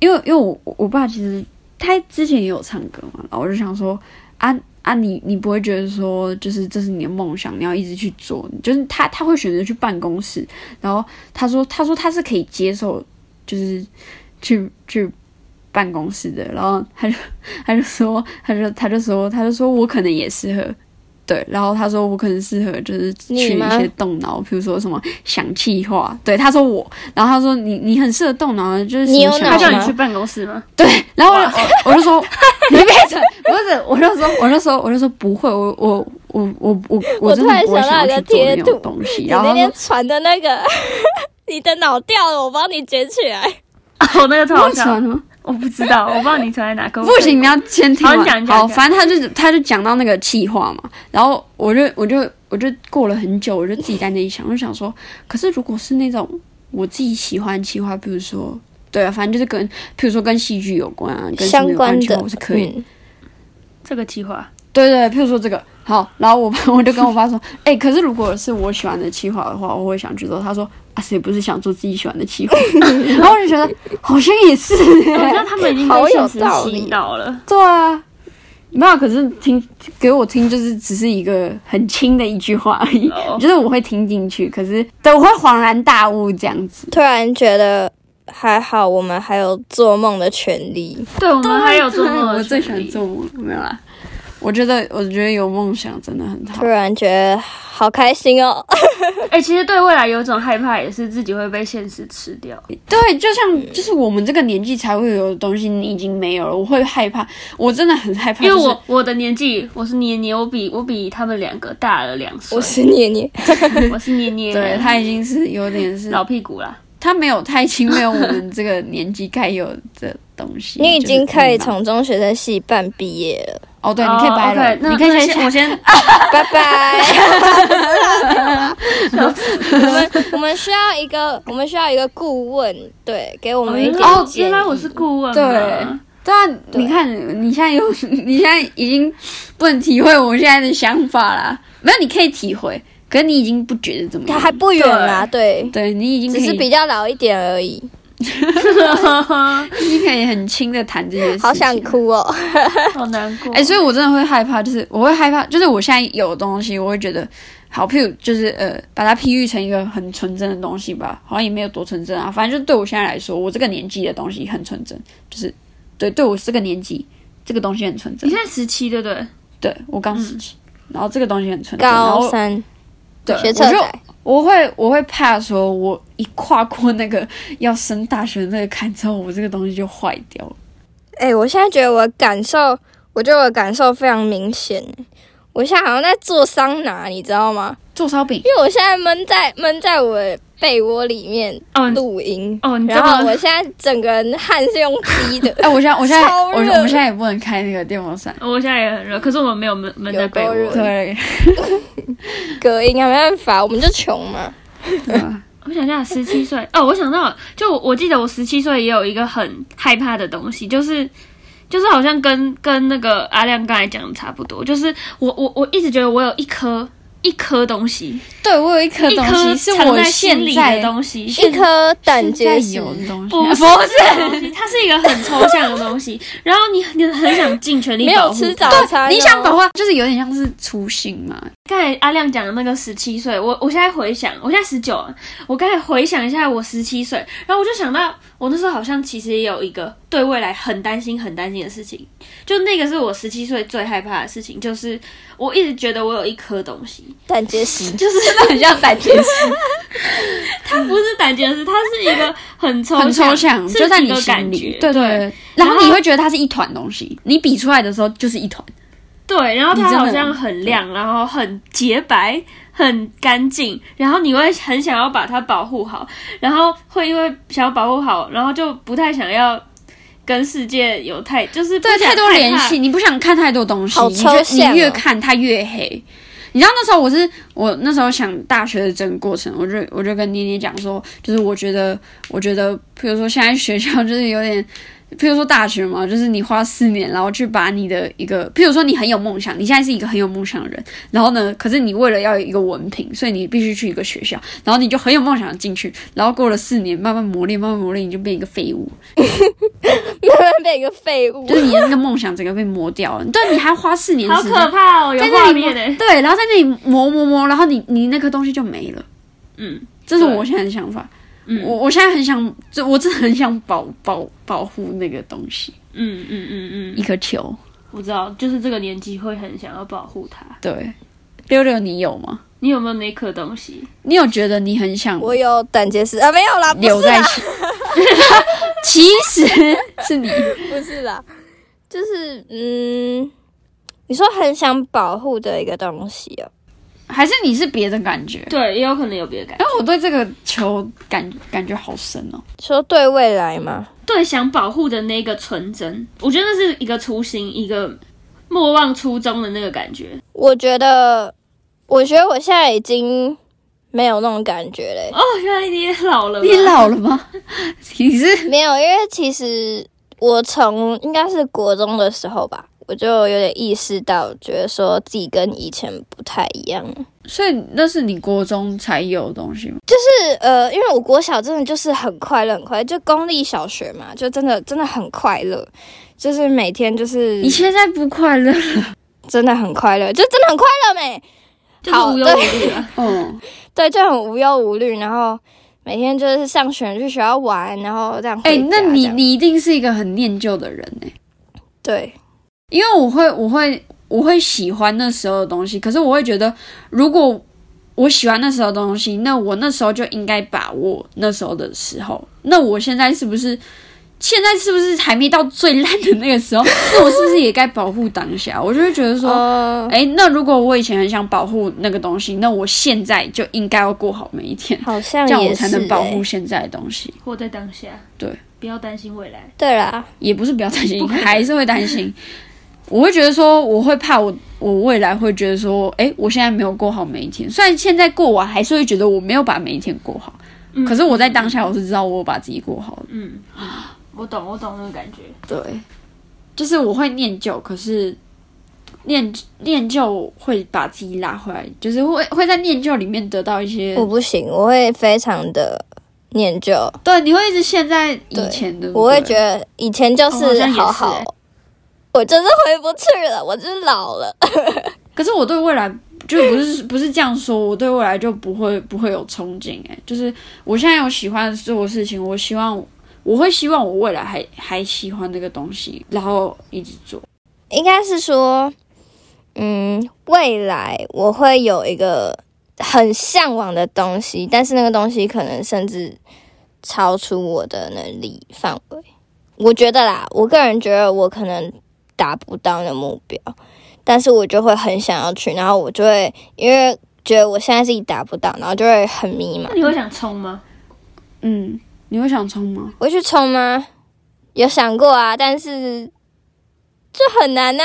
Speaker 2: 因为因为我我爸其实他之前也有唱歌嘛，然后我就想说啊。啊你，你不会觉得说，就是这是你的梦想，你要一直去做，就是他他会选择去办公室，然后他说，他说他是可以接受，就是去去办公室的。然后他就 他就说，他就他就说，他就说我可能也适合，对。然后他说我可能适合就是去
Speaker 3: 你
Speaker 2: 一
Speaker 3: 吗
Speaker 2: 些动脑，比如说什么想气话。对，他说我，然后他说你你很适合动脑，就是什么
Speaker 3: 你有
Speaker 2: 想
Speaker 3: 脑
Speaker 5: 他
Speaker 3: 吗
Speaker 5: 叫你去办公室吗？
Speaker 2: 对，然后我就我我 就说，你别扯，不是， 我就说，我就说，我就说不会，我我我我我
Speaker 3: 我
Speaker 2: 真
Speaker 3: 突
Speaker 2: 的
Speaker 3: 然
Speaker 2: 不会
Speaker 3: 想到
Speaker 2: 想
Speaker 3: 一
Speaker 2: 要
Speaker 3: 个
Speaker 2: 去做
Speaker 3: 贴
Speaker 2: 那
Speaker 3: 图
Speaker 2: 种东西。
Speaker 3: 你
Speaker 2: 然后
Speaker 3: 那
Speaker 2: 他
Speaker 3: 天
Speaker 2: 说
Speaker 3: 传的那个， 你的脑掉了，我帮你捡起来。
Speaker 5: 哦，那个超好
Speaker 2: 你传
Speaker 5: 笑，
Speaker 2: 吗？
Speaker 5: 我不知道，我不知道你存在哪个。
Speaker 2: 不行，你啊要先听完。
Speaker 5: 好你讲你讲
Speaker 2: 好，
Speaker 5: 你讲
Speaker 2: 反正他就他就讲到那个气话嘛，然后我就我就我就过了很久，我就自己在那里想，我就想说，可是如果是那种我自己喜欢的气话，比如说。对啊，反正就是跟，比如说跟戏剧有关啊，跟什么
Speaker 3: 相
Speaker 2: 有
Speaker 3: 关
Speaker 2: 关气
Speaker 3: 的
Speaker 2: 话，我是可以的
Speaker 3: 嗯
Speaker 5: 这个计划，
Speaker 2: 对对，譬如说这个好，然后我爸我就跟我爸说，哎、可是如果是我喜欢的企划的话，我会想去做。他说啊，谁不是想做自己喜欢的企划？ 然后我就觉得好像也是、
Speaker 5: 好
Speaker 2: 欸，
Speaker 5: 像他们已经
Speaker 3: 哎好
Speaker 5: 被
Speaker 3: 有
Speaker 5: 现实
Speaker 3: 道理
Speaker 5: 洗脑了。
Speaker 2: 对啊，没有，可是听给我听就是只是一个很轻的一句话而已
Speaker 5: 哦
Speaker 2: 就是我会听进去，可是对我会恍然大悟这样子。
Speaker 3: 突然觉得还好，我们还有做梦的权利。
Speaker 5: 对，啊我们还有做
Speaker 2: 对
Speaker 5: 梦的
Speaker 2: 我最喜
Speaker 5: 权
Speaker 2: 欢
Speaker 5: 利
Speaker 2: 做梦，没有啦。我觉得，我觉得有梦想真的很好
Speaker 3: 突。然觉得好开心哦！
Speaker 5: 哎、其实对未来有一种害怕，也是自己会被现实吃掉。
Speaker 2: 对，就
Speaker 5: 嗯
Speaker 2: 像就是我们这个年纪才会有的东西，你已经没有了，我会害怕，我真的很害怕，
Speaker 5: 因为
Speaker 2: 就是
Speaker 5: 我我的年纪，我是捏捏，我比我比他们两个大了两岁
Speaker 3: 我，是念念，
Speaker 5: 我是捏捏，
Speaker 2: 对他已经是有点是
Speaker 5: 嗯老屁股啦。
Speaker 2: 他没有，他已经没有我们这个年纪该有的东 西。
Speaker 3: 你已经
Speaker 2: 就是
Speaker 3: 可以
Speaker 2: 嗯
Speaker 3: 从中学生系办毕业了，
Speaker 2: 哦，对，你可以掰了
Speaker 5: OK，那
Speaker 2: 你可以
Speaker 5: 那
Speaker 2: 先
Speaker 5: 我先
Speaker 3: 拜拜。我们我们需要一个，我们需要一个顾问，对，给我们一点
Speaker 5: 哦，
Speaker 3: 建
Speaker 5: 原
Speaker 3: 议
Speaker 5: 来我是顾问嘛，
Speaker 2: 对 对啊，你看你现在有， 你现在已经不能体会我现在的想法啦。没有，你可以体会，可是你已经不觉得怎么
Speaker 3: 他
Speaker 2: 样。
Speaker 3: 还不远啦，对，
Speaker 2: 对你已经可
Speaker 3: 只
Speaker 2: 以，
Speaker 3: 是比较老一点而已。
Speaker 2: 你可以很轻的谈这些事情。
Speaker 3: 好想哭哦，
Speaker 5: 好难过。
Speaker 2: 哎、所以我真的会害怕，就是我会害怕，就是我现在有的东西，我会觉得好，譬如就是呃，把它譬喻成一个很纯真的东西吧，好像也没有多纯真啊，反正就对我现在来说，我这个年纪的东西很纯真，就是对对我这个年纪这个东西很纯真
Speaker 5: 你现。在十七对不对？
Speaker 2: 对我刚十七、然后这个东西很纯真，
Speaker 3: 嗯
Speaker 2: 然
Speaker 3: 高
Speaker 2: 后
Speaker 3: 三
Speaker 2: 对，
Speaker 3: 学
Speaker 2: 我
Speaker 3: 车
Speaker 2: 就
Speaker 3: 仔，
Speaker 2: 我会我会怕说，我一跨过那个要升大学的那个坎之后，我这个东西就坏掉了。
Speaker 3: 哎、我现在觉得我感受，我觉得我感受非常明显。我现在好像在做桑拿，你知道吗？
Speaker 2: 做烧饼
Speaker 3: 因为我现在闷在闷在我被窝里面
Speaker 5: 哦
Speaker 2: 嗯，
Speaker 5: 你
Speaker 3: 录音，
Speaker 5: 哦你这
Speaker 3: 然后
Speaker 5: 么
Speaker 3: 我现在整个人汗是用滴的
Speaker 2: 哎、我现在我现在
Speaker 3: 超
Speaker 2: 我我
Speaker 3: 热
Speaker 2: 们现在也不能开那个电风扇。
Speaker 5: 我现在也很热，可是我们没有闷闷在被
Speaker 3: 有够
Speaker 5: 窝
Speaker 3: 热。
Speaker 2: 对，
Speaker 3: 隔音啊，没办法，我们就穷嘛。
Speaker 2: 对啊
Speaker 5: 我想一下，十七岁哦，我想到了，就我我记得我十七岁也有一个很害怕的东西，就是就是好像跟跟那个阿亮刚才讲的差不多，就是我我我一直觉得我有一颗一颗东西，
Speaker 2: 对我有一颗
Speaker 5: 一
Speaker 2: 东
Speaker 5: 颗
Speaker 2: 西是
Speaker 5: 藏
Speaker 2: 我
Speaker 5: 在
Speaker 2: 现
Speaker 5: 心里
Speaker 2: 在
Speaker 5: 的东西，
Speaker 3: 一颗胆
Speaker 2: 现在
Speaker 3: 结石，
Speaker 2: 有的东西，
Speaker 5: 不 是东西，它是一个很抽象的东西。然后你你很想尽全力
Speaker 3: 没
Speaker 5: 保
Speaker 3: 有
Speaker 5: 护
Speaker 3: 吃
Speaker 5: 它。
Speaker 3: 早餐、哦
Speaker 2: 你想保。护，就是有点像是初心嘛。
Speaker 5: 刚才阿亮讲的那个十七岁，我我现在回想，我现在十九啊，我刚才回想一下我十七岁，然后我就想到我那时候好像其实也有一个对未来很担心很担心的事情，就那个是我十七岁最害怕的事情，就是我一直觉得我有一颗东西，
Speaker 3: 胆结石，
Speaker 2: 就是真的很像胆结石，
Speaker 5: 它不是胆结石，它是一个很抽
Speaker 2: 很抽象，
Speaker 5: 是
Speaker 2: 就在
Speaker 5: 一
Speaker 2: 你
Speaker 5: 个
Speaker 2: 心
Speaker 5: 感
Speaker 2: 里
Speaker 5: 觉，。
Speaker 2: 对
Speaker 5: 对
Speaker 2: 对，然后
Speaker 5: 然后
Speaker 2: 你会觉得它是一团东西，你比出来的时候就是一团。
Speaker 5: 对，然后
Speaker 2: 你
Speaker 5: 它
Speaker 2: 真的
Speaker 5: 好像很亮，然后很洁白、很干净，然后你会很想要把它保护好，然后会因为想要保护好，然后就不太想要跟世界有太就是不
Speaker 2: 对，
Speaker 5: 想
Speaker 2: 太多
Speaker 5: 害
Speaker 2: 联
Speaker 5: 怕
Speaker 2: 系，。你不想看太多东西，
Speaker 3: 好
Speaker 2: 你
Speaker 3: 抽
Speaker 2: 就
Speaker 3: 象哦
Speaker 2: 你越看它越黑。你知道那时候我是我那时候想大学的整个过程，我就我就跟妮妮讲说，就是我觉得我觉得，比如说现在学校就是有点，譬如说大学嘛，就是你花四年，然后去把你的一个，譬如说你很有梦想，你现在是一个很有梦想的人，然后呢，可是你为了要有一个文凭，所以你必须去一个学校，然后你就很有梦想进去，然后过了四年，慢慢磨练，慢慢磨练，你就变一个废物。
Speaker 3: 慢慢变一个废物
Speaker 2: 就。是你的那个梦想整个被磨掉了。对，你还花四年
Speaker 5: 好
Speaker 2: 时间
Speaker 5: 可怕哦，有
Speaker 2: 在
Speaker 5: 画
Speaker 2: 那里
Speaker 5: 面
Speaker 2: 磨，
Speaker 5: 的，
Speaker 2: 对，然后在那里磨磨磨，然后你你那颗东西就没了。
Speaker 5: 嗯，
Speaker 2: 这是
Speaker 5: 对
Speaker 2: 我现在的想法。
Speaker 5: 嗯
Speaker 2: 我我现在很想，就我真的很想保保保护那个东西，
Speaker 5: 嗯嗯嗯
Speaker 2: 一
Speaker 5: 嗯，
Speaker 2: 颗球。
Speaker 5: 我知道，就是这个年纪会很想要保护它。
Speaker 2: 对，溜溜，你有吗？
Speaker 5: 你有没有那颗东西？
Speaker 2: 你有觉得你很想
Speaker 3: 我有胆结石啊，没有啦，不
Speaker 2: 留
Speaker 3: 是
Speaker 2: 在
Speaker 3: 啦，？
Speaker 2: 其 实是你，
Speaker 3: 不是啦，就是嗯，你说很想保护的一个东西哦，
Speaker 2: 还是你是别的感觉？
Speaker 5: 对，也有可能有别的感觉
Speaker 2: 因。为我对这个球感感觉好深哦。
Speaker 3: 说对未来吗？
Speaker 5: 对想保护的那个纯真，我觉得那是一个初心，一个莫忘初衷的那个感觉。
Speaker 3: 我觉得，我觉得我现在已经没有那种感觉嘞、
Speaker 5: 哦，原来你也老了，
Speaker 2: 你，老了吗？ 你是
Speaker 3: 没有，因为其实我从应该是国中的时候吧，我就有点意识到，觉得说自己跟以前不太一样。
Speaker 2: 所以那是你国中才有的东西吗？
Speaker 3: 就是呃，因为我国小真的就是很快乐，很快乐，就公立小学嘛，就真的真的很快乐，就是每天就是
Speaker 2: 你现在不快乐？
Speaker 3: 真的很快乐，就真的很快乐没？
Speaker 5: 就是无忧
Speaker 3: 好
Speaker 5: 无虑了。
Speaker 2: 嗯，
Speaker 3: 对，就很无忧无虑，然后每天就是上学去学校玩，然后这样回
Speaker 2: 哎、
Speaker 3: 家这
Speaker 2: 那
Speaker 3: 样。
Speaker 2: 你你一定是一个很念旧的人呢、
Speaker 3: 对
Speaker 2: 因为我会我会我会喜欢那时候的东西，可是我会觉得，如果我喜欢那时候的东西，那我那时候就应该把握那时候的时候。那我现在是不是现在是不是还没到最烂的那个时候？那我是不是也该保护当下？我就会觉得说，
Speaker 3: 哦，
Speaker 2: 哎、那如果我以前很想保护那个东西，那我现在就应该要过好每一天。
Speaker 3: 好像
Speaker 2: 这样我
Speaker 3: 也
Speaker 2: 才
Speaker 3: 是、
Speaker 2: 能保护
Speaker 3: 欸。
Speaker 2: 现在的东西。
Speaker 5: 活在当下，
Speaker 2: 对，
Speaker 5: 不要担心未来。
Speaker 3: 对啦，
Speaker 2: 也不是不要担心，
Speaker 5: 不可能
Speaker 2: 还是会担心。我会觉得说，我会怕我我未来会觉得说，哎，我现在没有过好每一天。虽然现在过完，还是会觉得我没有把每一天过好。
Speaker 5: 嗯
Speaker 2: 可是我在当下，我是知道我有把自己过好的，
Speaker 5: 嗯，嗯我懂，我懂那个感觉。
Speaker 3: 对，
Speaker 2: 就是我会念旧，可是念念旧会把自己拉回来，就是会会在念旧里面得到一些
Speaker 3: 我，不行，我会非常的念旧，
Speaker 2: 对，你会一直陷在以
Speaker 3: 对
Speaker 2: 前的，
Speaker 3: 我会
Speaker 2: 对
Speaker 3: 觉得以前就
Speaker 5: 哦好
Speaker 3: 是
Speaker 5: 像也是
Speaker 3: 好好，
Speaker 5: 欸
Speaker 3: 我真的回不去了，我真老了。
Speaker 2: 可是我对未来就不是不是这样说，我对未来就不会不会有憧憬哎、就是我现在有喜欢做的事情，我希望我会希望我未来还还喜欢这个东西，然后一直做。
Speaker 3: 应该是说，嗯，未来我会有一个很向往的东西，但是那个东西可能甚至超出我的能力范围。我觉得啦，我个人觉得我可能达不到那目标，但是我就会很想要去，然后我就会因为觉得我现在自己达不到，然后就会很迷茫
Speaker 5: 那。你会想冲吗？
Speaker 2: 嗯，你会想冲吗？
Speaker 3: 我会去冲吗？有想过啊，但是就很难啊。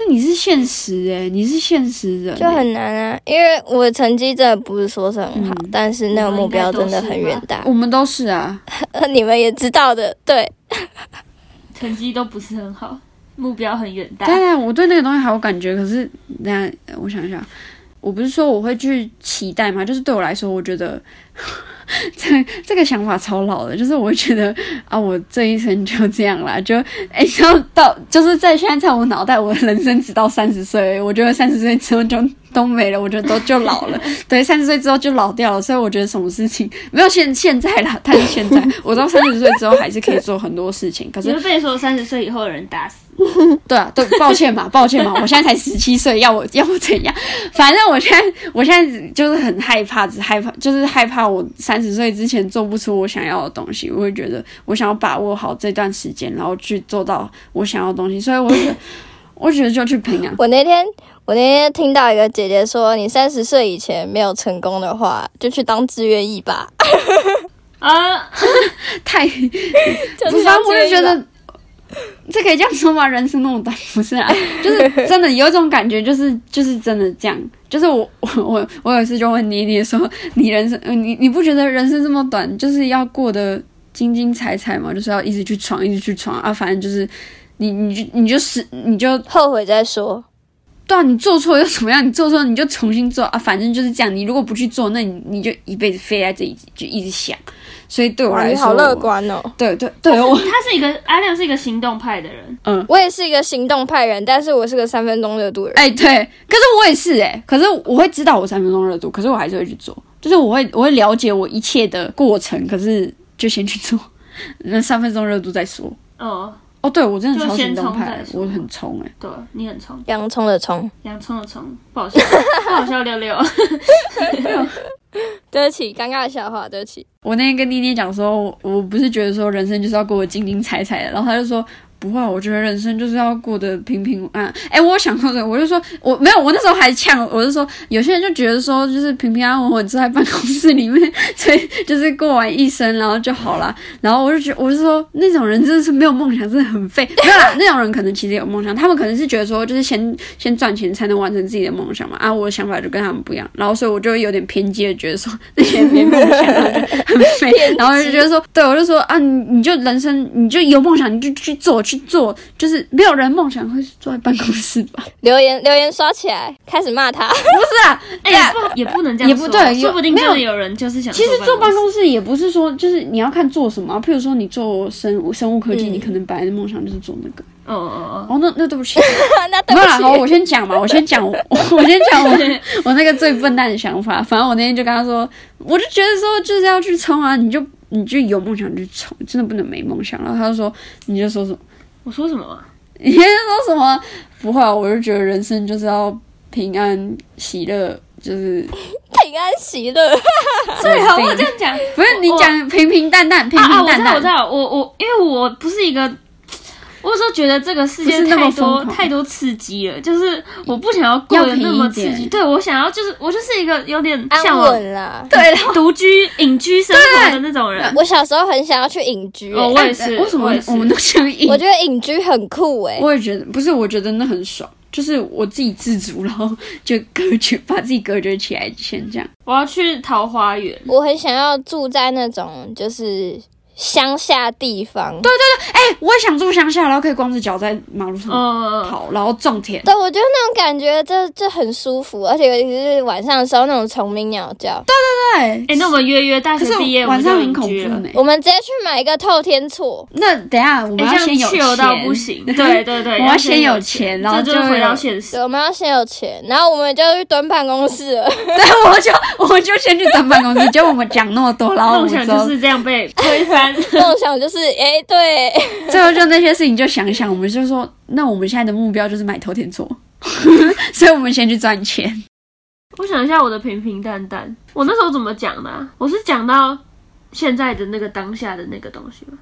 Speaker 2: 那你是现实哎、你是现实人、欸，
Speaker 3: 就很难啊，因为我成绩真的不是说是很好，
Speaker 2: 嗯
Speaker 3: 但是那个目标真的很远大，
Speaker 2: 我们都是啊，
Speaker 3: 你们也知道的，对，
Speaker 5: 成绩都不是很好，目标很远大。
Speaker 2: 当然，我对那个东西还有感觉，可是等一下呃我想一下，我不是说我会去期待嘛，就是对我来说，我觉得 这这个想法超老的，就是我会觉得啊，我这一生就这样啦，就哎，然后到就是在现在在我脑袋，我的人生只到三十岁而已，我觉得三十岁之后就都没了，我觉得都就老了，对，三十岁之后就老掉了，所以我觉得什么事情没有现现在啦，但是现在我到三十岁之后还是可以做很多事情，可是
Speaker 5: 你会被所有三十岁以后的人打死。
Speaker 2: 对啊，对，抱歉嘛， 抱歉嘛，我现在才十七岁，要我 要我怎样？反正我现在我现在就是很害怕，只害怕就是害怕我三十岁之前做不出我想要的东西，我会觉得我想要把握好这段时间，然后去做到我想要的东西，所以我觉得我觉得就去拼啊。
Speaker 3: 我那天我那天听到一个姐姐说，你三十岁以前没有成功的话，就去当志愿役吧，
Speaker 5: 啊，
Speaker 2: 太，
Speaker 3: 就
Speaker 2: 不
Speaker 3: 去
Speaker 2: 是啊
Speaker 3: 当，
Speaker 2: 我
Speaker 3: 志愿
Speaker 2: 就
Speaker 3: 役吧
Speaker 2: 觉得。这可以这样说吗？人生那么短， 不是啊，就是真的有一种感觉，就是就是真的这样，就是我 我我我有一次就问妮妮说，你人生呃你你不觉得人生这么短，就是要过得精精彩彩吗？就是要一直去闯，一直去闯啊，反正就是你你就你就死你就
Speaker 3: 后悔再说，
Speaker 2: 对啊，你做错又怎么样？你做错你就重新做啊，反正就是这样。你如果不去做，那你你就一辈子飞在这里就一直想。所以对我
Speaker 3: 哇，
Speaker 2: 来
Speaker 3: 你
Speaker 2: 说，
Speaker 3: 好乐
Speaker 2: 我，
Speaker 3: 观哦。
Speaker 2: 对对对，我
Speaker 5: 他是一个阿亮是一个行动派的人，
Speaker 2: 嗯。
Speaker 3: 我也是一个行动派人，但是我是个三分钟热度的人。
Speaker 2: 哎、对，可是我也是哎、可是我会知道我三分钟热度，可是我还是会去做，就是我会我会了解我一切的过程，可是就先去做， 那三分钟热度再说。
Speaker 5: 哦，
Speaker 2: 哦，对我真的
Speaker 5: 就
Speaker 2: 超行
Speaker 5: 先
Speaker 2: 动
Speaker 5: 冲
Speaker 2: 派
Speaker 5: 再，说
Speaker 2: 我很冲哎、
Speaker 5: 对你很冲，
Speaker 3: 洋葱的葱，
Speaker 5: 洋葱的葱，不好笑，不好笑六六。
Speaker 3: 对不起，尴尬的笑话，对不起。
Speaker 2: 我那天跟妮妮讲说，我我不是觉得说人生就是要过得精精彩彩的，然后她就说。不会啊，我觉得人生就是要过得平平安安。哎，我有想过的，我就说我没有，我那时候还呛，我就说有些人就觉得说就是平平安安，我坐在办公室里面， 所以就是过完一生，然后就好了。然后我就觉我是说那种人真的是没有梦想，真的很废。没有啦，那种人可能其实有梦想，他们可能是觉得说就是先先赚钱才能完成自己的梦想嘛。啊，我的想法就跟他们不一样，然后所以我就有点偏激的觉得说那些人没梦想，然后就很废。 然后我就觉得说，对我就说啊，你你就人生你就有梦想，你就去做去做，就是没有人梦想会坐在办公室吧？
Speaker 3: 留言留言刷起来，开始骂他。
Speaker 5: 哎、也不也不能这
Speaker 2: 啊
Speaker 5: 样
Speaker 2: 也
Speaker 5: 说啊
Speaker 2: 不对
Speaker 5: 说不定真
Speaker 2: 没
Speaker 5: 的有人就是想
Speaker 2: 其实坐办
Speaker 5: 室
Speaker 2: 公室也不是说就是你要看做什么啊、譬如说你做生物生物科技，
Speaker 3: 嗯
Speaker 2: 你可能本来的梦想就是做那个。
Speaker 5: 哦哦哦，
Speaker 2: 哦，那那 对不起。
Speaker 3: 那对
Speaker 2: 没
Speaker 3: 不
Speaker 2: 有啦，
Speaker 3: 起
Speaker 2: 好，。我先讲嘛，我先讲我，我先讲我 我那个最笨蛋的想法。反正我那天就跟他说，我就觉得说就是要去冲啊，你就你就有梦想去冲，真的不能没梦想。然后他就说，你就说什么，
Speaker 5: 我说什么啊？
Speaker 2: 你就说什么不会啊，我就觉得人生就是要平安喜乐， 就是
Speaker 3: 平安喜乐，
Speaker 5: 对
Speaker 2: 稳
Speaker 5: 好，
Speaker 2: 定
Speaker 5: 我这样讲，
Speaker 2: 不是你
Speaker 5: 我
Speaker 2: 讲平平淡淡，平
Speaker 5: 啊啊！
Speaker 2: 平
Speaker 5: 我
Speaker 2: 淡
Speaker 5: 知道，
Speaker 2: 淡
Speaker 5: 我知。道，我我因为我不是一个，我有时候觉得这个世界
Speaker 2: 不是那么
Speaker 5: 太
Speaker 2: 疯
Speaker 5: 多
Speaker 2: 狂
Speaker 5: 太多刺激了，就是我不想要过得那么刺
Speaker 2: 要平一
Speaker 5: 激，
Speaker 2: 点
Speaker 5: 对我想要就是我就是一个有点
Speaker 3: 安
Speaker 5: 向往
Speaker 3: 稳啦。
Speaker 2: 对
Speaker 5: 独居隐居生活的那种人。
Speaker 3: 我小时候很想要去隐居、
Speaker 5: 呃
Speaker 3: 欸
Speaker 5: 哦，我也是，
Speaker 2: 哎为什么
Speaker 5: 我也是
Speaker 2: 我们都想赢
Speaker 3: 我？觉得隐居很酷哎、
Speaker 2: 我也觉得不是，我觉得那很爽，就是我自己自足，然后就隔绝，把自己隔绝起来，先这样。
Speaker 5: 我要去桃花源，
Speaker 3: 我很想要住在那种就是乡下地方。对
Speaker 2: 哎我也想住乡下，然后可以光着脚在马路上
Speaker 5: 嗯，
Speaker 2: 跑，然后种田。
Speaker 3: 对，我觉得那种感觉这这很舒服，而且尤其是晚上的时候那种虫鸣鸟叫，
Speaker 2: 对，
Speaker 5: 哎，那我们约约大
Speaker 2: 可
Speaker 5: 学
Speaker 2: 是
Speaker 5: 毕业，
Speaker 2: 晚上
Speaker 5: 我
Speaker 2: 很
Speaker 5: 们就
Speaker 2: 恐
Speaker 5: 隐居
Speaker 2: 怖
Speaker 5: 了
Speaker 2: 呢。
Speaker 3: 我们直接去买一个透天厝。
Speaker 2: 那等一下我
Speaker 5: 哎
Speaker 2: 们
Speaker 5: 这
Speaker 2: 要
Speaker 5: 样
Speaker 2: 先有
Speaker 5: chill 到
Speaker 2: 钱
Speaker 5: 不行，对对对，
Speaker 2: 我要
Speaker 5: 要
Speaker 2: 先有
Speaker 5: 有
Speaker 2: 钱
Speaker 5: 钱，
Speaker 2: 然后就
Speaker 5: 这就是
Speaker 2: 有
Speaker 5: 回到现实
Speaker 3: 对，。我们要先有钱，然后我们就去蹲办公室了。
Speaker 2: 对， 我就我就先去当办公室，就我们讲那么多，然后我
Speaker 5: 梦
Speaker 2: 们
Speaker 5: 想
Speaker 2: 之后
Speaker 5: 就是这样被推翻。
Speaker 3: 梦想就是，哎、对，
Speaker 2: 最后就那些事情就想想，我们就说，那我们现在的目标就是买头天座， 所以我们先去赚钱。
Speaker 5: 我想一下我的平平淡淡，我那时候怎么讲的啊、我是讲到现在的那个当下的那个东西吗？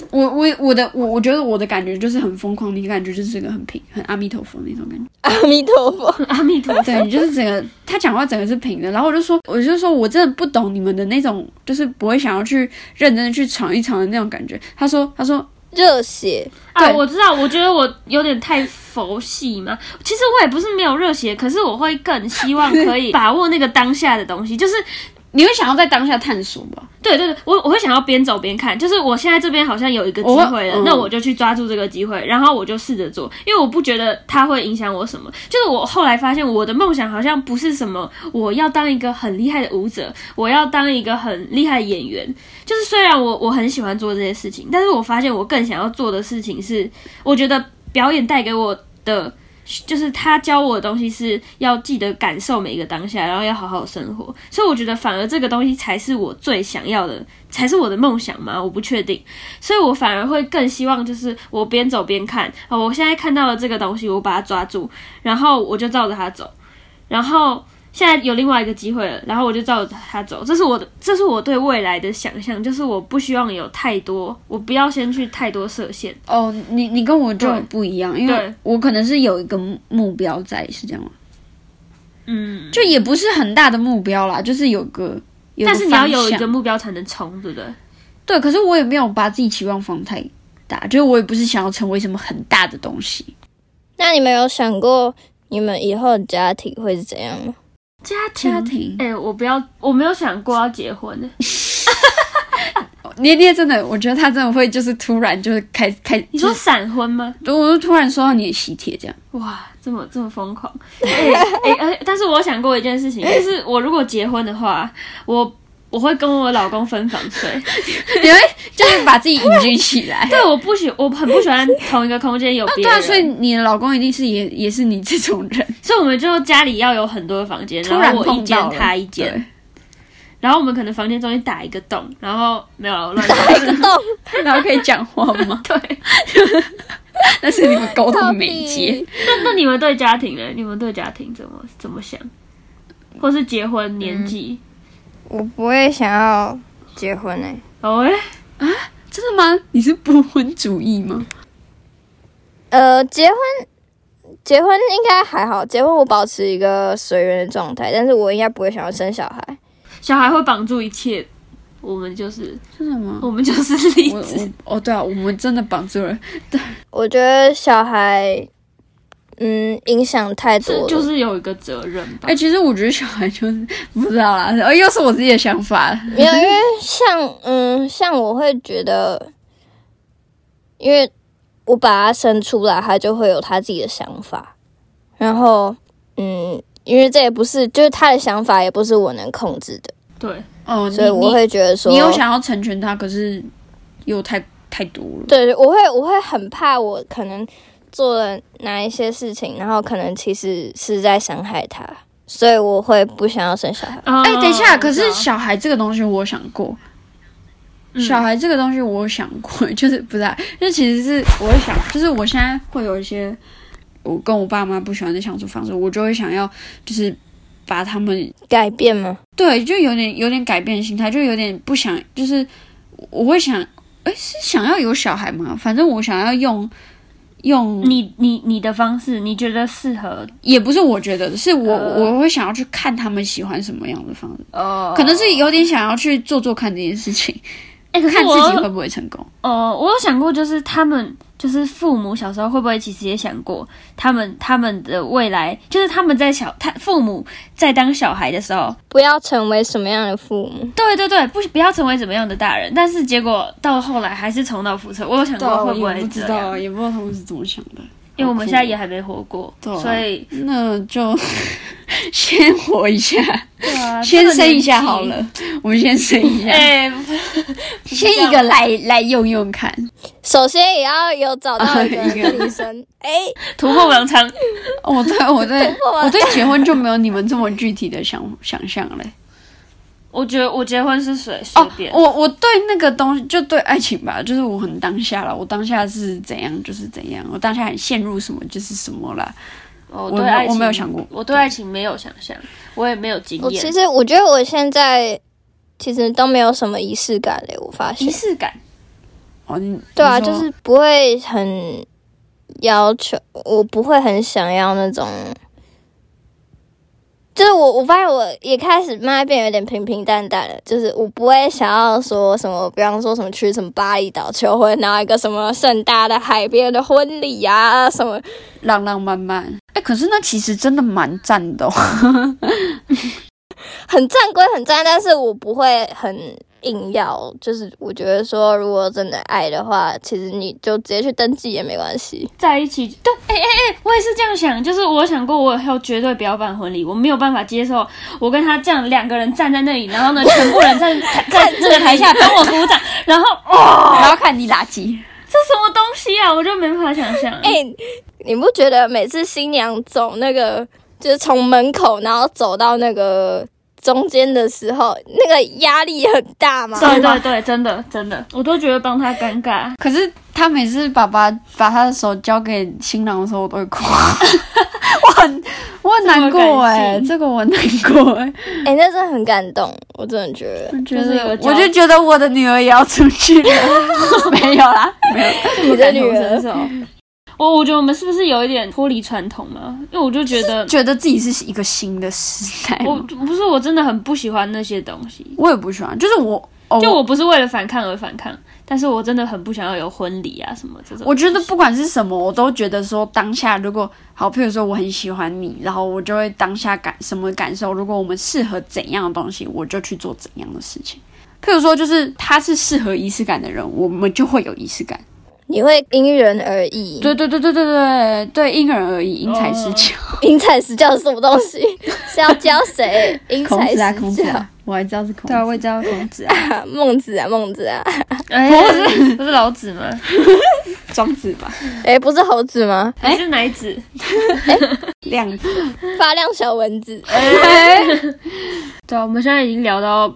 Speaker 2: 我我我的我我觉得我的感觉就是很疯狂，你感觉就是一个很平很阿弥陀佛那种感 觉。
Speaker 3: 阿弥陀佛。
Speaker 5: 阿弥陀佛，
Speaker 2: 对，你就是整个他讲话整个是平的，然后我就说我就说我真的不懂你们的那种，就是不会想要去认真的去闯一闯的那种感觉。他说他说
Speaker 3: 热血，
Speaker 5: 啊，
Speaker 2: 对
Speaker 5: 我知道，我觉得我有点太佛系嘛。其实我也不是没有热血，可是我会更希望可以把握那个当下的东西，就是
Speaker 2: 你会想要在当下探索吧？
Speaker 5: 对对对，我我会想要边走边看，就是我现在这边好像有一个机
Speaker 2: 我
Speaker 5: 会了，
Speaker 2: 嗯
Speaker 5: 那我就去抓住这个机会，然后我就试着做，因为我不觉得它会影响我什么。就是我后来发现，我的梦想好像不是什么我要当一个很厉害的舞者，我要当一个很厉害的演员。就是虽然我我很喜欢做这些事情，但是我发现我更想要做的事情是，我觉得表演带给我的。就是他教我的东西是要记得感受每一个当下，然后要好好生活。所以我觉得反而这个东西才是我最想要的，才是我的梦想嘛，我不确定。所以我反而会更希望就是我边走边看，哦，我现在看到了这个东西，我把它抓住，然后我就照着它走，然后。现在有另外一个机会了，然后我就照着它走，这是我的，这是我对未来的想象，就是我不希望有太多，我不要先去太多设限。
Speaker 2: 哦，你你跟我就
Speaker 5: 对
Speaker 2: 不一样，因为
Speaker 5: 对
Speaker 2: 我可能是有一个目标在，是这样吗？
Speaker 5: 嗯，
Speaker 2: 就也不是很大的目标啦，就是有个，有个
Speaker 5: 但是你要有
Speaker 2: 方
Speaker 5: 一
Speaker 2: 向
Speaker 5: 个目标才能冲，对不对？
Speaker 2: 对，可是我也没有把自己期望放太大，就是我也不是想要成为什么很大的东西。
Speaker 3: 那你们有想过你们以后的家庭会是怎样吗？
Speaker 5: 家
Speaker 2: 家庭，
Speaker 5: 哎、我不要，我没有想过要结婚呢。
Speaker 2: 捏捏真的，我觉得他真的会就是突然就是开开，
Speaker 5: 你说闪 婚吗？
Speaker 2: 就我就突然收到你的喜帖这样，
Speaker 5: 哇，这么这么疯狂！哎、哎哎但是我有想过一件事 情，就是我如果结婚的话，我我会跟我老公分房 睡。
Speaker 2: 你会就是把自己隐居起 来。
Speaker 5: 对，我不喜，我很不喜欢同一个空间有别
Speaker 2: 对
Speaker 5: 人，
Speaker 2: 啊，所以你的老公一定是也也是你这种人，
Speaker 5: 所以我们就家里要有很多房间，
Speaker 2: 突然
Speaker 5: 后我一
Speaker 2: 碰
Speaker 5: 间
Speaker 2: 到了
Speaker 5: 他一
Speaker 2: 对
Speaker 5: 间，然后我们可能房间中间打一个洞，然后没有 我乱讲。
Speaker 3: 一个洞，
Speaker 2: 然后可以讲话 吗？
Speaker 5: 对，
Speaker 2: 那是你们沟通的
Speaker 3: 到
Speaker 2: 媒介
Speaker 3: 底。
Speaker 5: 那那你们对家庭呢？你们对家庭怎么怎么想？或是结婚年纪？
Speaker 2: 嗯
Speaker 3: 我不会想要结婚哎、
Speaker 5: 哦、哎
Speaker 2: 真的吗？你是不婚主义吗？
Speaker 3: 呃，结婚，结婚应该还好，结婚我保持一个随缘的状态，但是我应该不会想要生小孩。
Speaker 5: 小孩会绑住一切，我们就是
Speaker 2: 真的吗？
Speaker 3: 哦
Speaker 5: 我们就是例
Speaker 2: 我
Speaker 5: 子。
Speaker 2: 我哦，对啊，我们真的绑住了。
Speaker 3: 我觉得小孩，嗯，影响太多
Speaker 5: 是
Speaker 3: 了，
Speaker 5: 就是 有一个责任吧
Speaker 2: 哎、，其实我觉得小孩就是 不知道啦，呃，又是我自己的想法了。
Speaker 3: 没有，因为像嗯，像我会觉得，因为我把他生出来，他就会有他自己的想法，然后嗯，因为这也不是，就是他的想法也不是我能控制的，
Speaker 5: 对，
Speaker 2: 哦，
Speaker 3: 所以我会觉得
Speaker 2: 你
Speaker 3: 说，
Speaker 2: 你你有想要成全他，可是又太太多了。
Speaker 3: 对，我会我会很怕我可能做了哪一些事情，然后可能其实是在伤害他，所以我会不想要生小孩。
Speaker 5: 哎
Speaker 2: 哎、等
Speaker 3: 哦
Speaker 2: 一下，可是小孩这个东西我想过，小
Speaker 5: 嗯
Speaker 2: 孩这个东西我想过， 就是不是、啊，就其实是我会想，就是我现在会有一些我跟我爸妈不喜欢的相处方式，我就会想要就是把他们
Speaker 3: 改变吗？
Speaker 2: 对，就有点有点改变心态，就有点不想，就是我会想，哎，是想要有小孩吗？反正我想要用用，
Speaker 5: 你你你的方式，你觉得适合
Speaker 2: 也不是我觉得，是我、
Speaker 5: 呃
Speaker 2: 我会想要去看他们喜欢什么样的方式，
Speaker 5: 哦
Speaker 2: 可能是有点想要去做做看这件事情，
Speaker 5: 哎、可是
Speaker 2: 看自己会
Speaker 5: 我
Speaker 2: 不会成功。
Speaker 5: 哦，我有想过，就是他们就是父母小时候会不会其实也想过他们他们的未来，就是他们在小他父母在当小孩的时候，
Speaker 3: 不要成为什么样的父母？
Speaker 5: 对对对，不不要成为怎么样的大人，但是结果到后来还是重蹈覆辙。我有想过会
Speaker 2: 啊我
Speaker 5: 会
Speaker 2: 也不
Speaker 5: 这
Speaker 2: 知
Speaker 5: 样
Speaker 2: 道，，也不知道他们是怎么想的。
Speaker 5: 因为我们现在也
Speaker 2: 好
Speaker 5: 还没活过，
Speaker 2: 对啊
Speaker 5: 所以
Speaker 2: 酷那就 先活一下，
Speaker 5: 对啊
Speaker 2: 先生一下好。了，我们先生一 下，
Speaker 5: 哎、
Speaker 2: 先一个来来用用看。
Speaker 3: 首先也要有找到一
Speaker 2: 一
Speaker 3: 个
Speaker 2: 个
Speaker 3: 医生。哎、
Speaker 5: 突破盲肠，
Speaker 2: 哦我对我 对我对结婚就没有你们这么具体的想想象 嘞。
Speaker 5: 我觉得我结婚是随随
Speaker 2: 哦，
Speaker 5: 便，
Speaker 2: 我我对那个东西，就对爱情吧，就是我很当下了，我当下是怎样就是怎样，我当下很陷入什么就是什么啦。
Speaker 5: 我
Speaker 2: 我
Speaker 5: 哦对
Speaker 2: 没有
Speaker 5: 爱情
Speaker 2: 我没有想过哦
Speaker 5: 我对爱情没有想象，我也没有经
Speaker 3: 我
Speaker 5: 验
Speaker 3: 其，实我觉得我现在其实都没有什么仪式感嘞，我发现
Speaker 5: 仪。式感。
Speaker 2: 哦，你
Speaker 3: 对啊，
Speaker 2: 你说
Speaker 3: 就是不会很要求，我不会很想要那种。就是我，我发现我也开始慢慢变有点平平淡淡了。就是我不会想要说什么，比方说什么去什么巴厘岛求婚，然后一个什么盛大的海边的婚礼啊，什么
Speaker 2: 浪浪漫漫。哎、可是那其实真的蛮赞的、哦，
Speaker 3: 很赞归很赞，但是我不会很硬要。就是我觉得说，如果真的爱的话，其实你就直接去登记也没关系。
Speaker 5: 在一起，对，哎哎哎，我也是这样想，就是我想过，我以后绝对不要办婚礼，我没有办法接受我跟他这样两个人站在那里，然后呢，全部人 在在这个台下帮我鼓掌，然后哦，
Speaker 2: 然后看你垃圾。
Speaker 5: 这什么东西啊，我就没办法想象。
Speaker 3: 哎、你不觉得每次新娘走那个，就是从门口然后走到那个中间的时候，那个压力很大吗？
Speaker 5: 对对对，真的真的，我都觉得帮他尴尬。
Speaker 2: 可是他每次爸爸把他的手交给新郎的时候，我都会哭，我很我很难过哎、
Speaker 5: 这么感性
Speaker 2: 这个我很难过哎、
Speaker 3: 哎、那真的很感动，我真的觉得
Speaker 2: 我觉
Speaker 5: 就是有
Speaker 2: 得
Speaker 5: 交
Speaker 2: 我就觉得我的女儿也要出去了，没有啦，没有。
Speaker 3: 你的女儿
Speaker 5: 哦我我觉得我们是不是有一点脱离传统了？因为我就觉得，
Speaker 2: 觉得自己是一个新的时代
Speaker 5: 我
Speaker 2: 吗？
Speaker 5: 不是我真的很不喜欢那些东西。
Speaker 2: 我也不喜欢，就是我，哦、
Speaker 5: 就
Speaker 2: 我
Speaker 5: 我不是为了反抗而反抗，但是我真的很不想要有婚礼啊什么这种。
Speaker 2: 我觉得不管是什么，我都觉得说当下如果好，譬如说我很喜欢你，然后我就会当下感什么感受，如果我们适合怎样的东西，我就去做怎样的事情。譬如说，就是他是适合仪式感的人，我们就会有仪式感。
Speaker 3: 你会因人而异。
Speaker 2: 对对对对对对对，因人而异，因材施教。
Speaker 3: 因材施教是什么东西？ 是要教谁？因
Speaker 2: 孔
Speaker 3: 材
Speaker 2: 子啊，
Speaker 3: 施
Speaker 2: 孔子
Speaker 3: 教
Speaker 2: 啊，我还知道是孔子。
Speaker 5: 也知道孔子啊，
Speaker 3: 啊，孟子啊，孟子啊，
Speaker 5: 哎
Speaker 2: 不是
Speaker 5: 不是老子吗？
Speaker 2: 庄子吧，
Speaker 3: 哎、不是猴子吗？
Speaker 5: 还哎是奶子？
Speaker 2: 量子。
Speaker 3: 发亮小蚊子，
Speaker 5: 对啊，我们现在已经聊到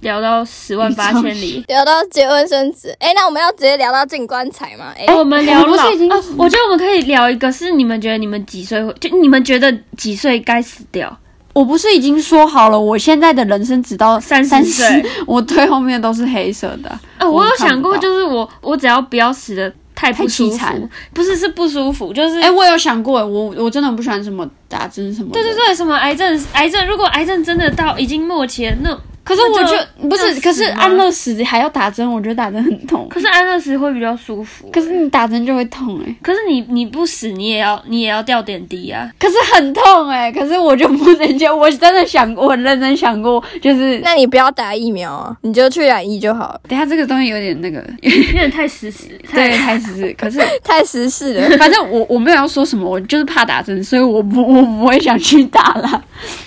Speaker 5: 聊到十万八千里。
Speaker 3: 聊到结婚生子，哎、那我们要直接聊到进棺材吗？哎、
Speaker 5: 哎、我们聊
Speaker 2: 我们
Speaker 5: 老
Speaker 2: 不是已经
Speaker 5: 哦，我觉得我们可以聊一个，是你们觉得你们几岁会，就你们觉得几岁该死掉？
Speaker 2: 我不是已经说好了，我现在的人生只到
Speaker 5: 30
Speaker 2: 三
Speaker 5: 岁，
Speaker 2: 我对后面都是黑色的。
Speaker 5: 啊，我有想过，
Speaker 2: 我看不到
Speaker 5: 就是我我只要不要死的太不舒
Speaker 2: 太凄
Speaker 5: 服
Speaker 2: 惨，
Speaker 5: 不是是不舒服，就是
Speaker 2: 哎、我有想过，我我真的很不喜欢什么打针什么的。
Speaker 5: 对对对，什么癌症癌症，如果癌症真的到已经末期了，那
Speaker 2: 可是我
Speaker 5: 那就
Speaker 2: 就不
Speaker 5: 那
Speaker 2: 是，
Speaker 5: 死
Speaker 2: 可是
Speaker 5: 吗
Speaker 2: 安乐死还要打针，我觉得打针很痛。
Speaker 5: 可是安乐死会比较舒服、欸
Speaker 2: 可是你打针就会痛哎、
Speaker 5: 可是你你不死，你也要你也要吊点滴啊。
Speaker 2: 可是很痛哎、可是我就不能接，我真的想过，我很认真想过，就是
Speaker 3: 那你不要打疫苗啊，你就去染疫就好了，
Speaker 2: 等一下这个东西有点 那个，
Speaker 5: 有点太实实，
Speaker 2: 对，
Speaker 5: 太
Speaker 2: 开始是，可是
Speaker 3: 太时事了。
Speaker 2: 反正我我没有要说什么，我就是怕打针，所以我不我不会想去打啦。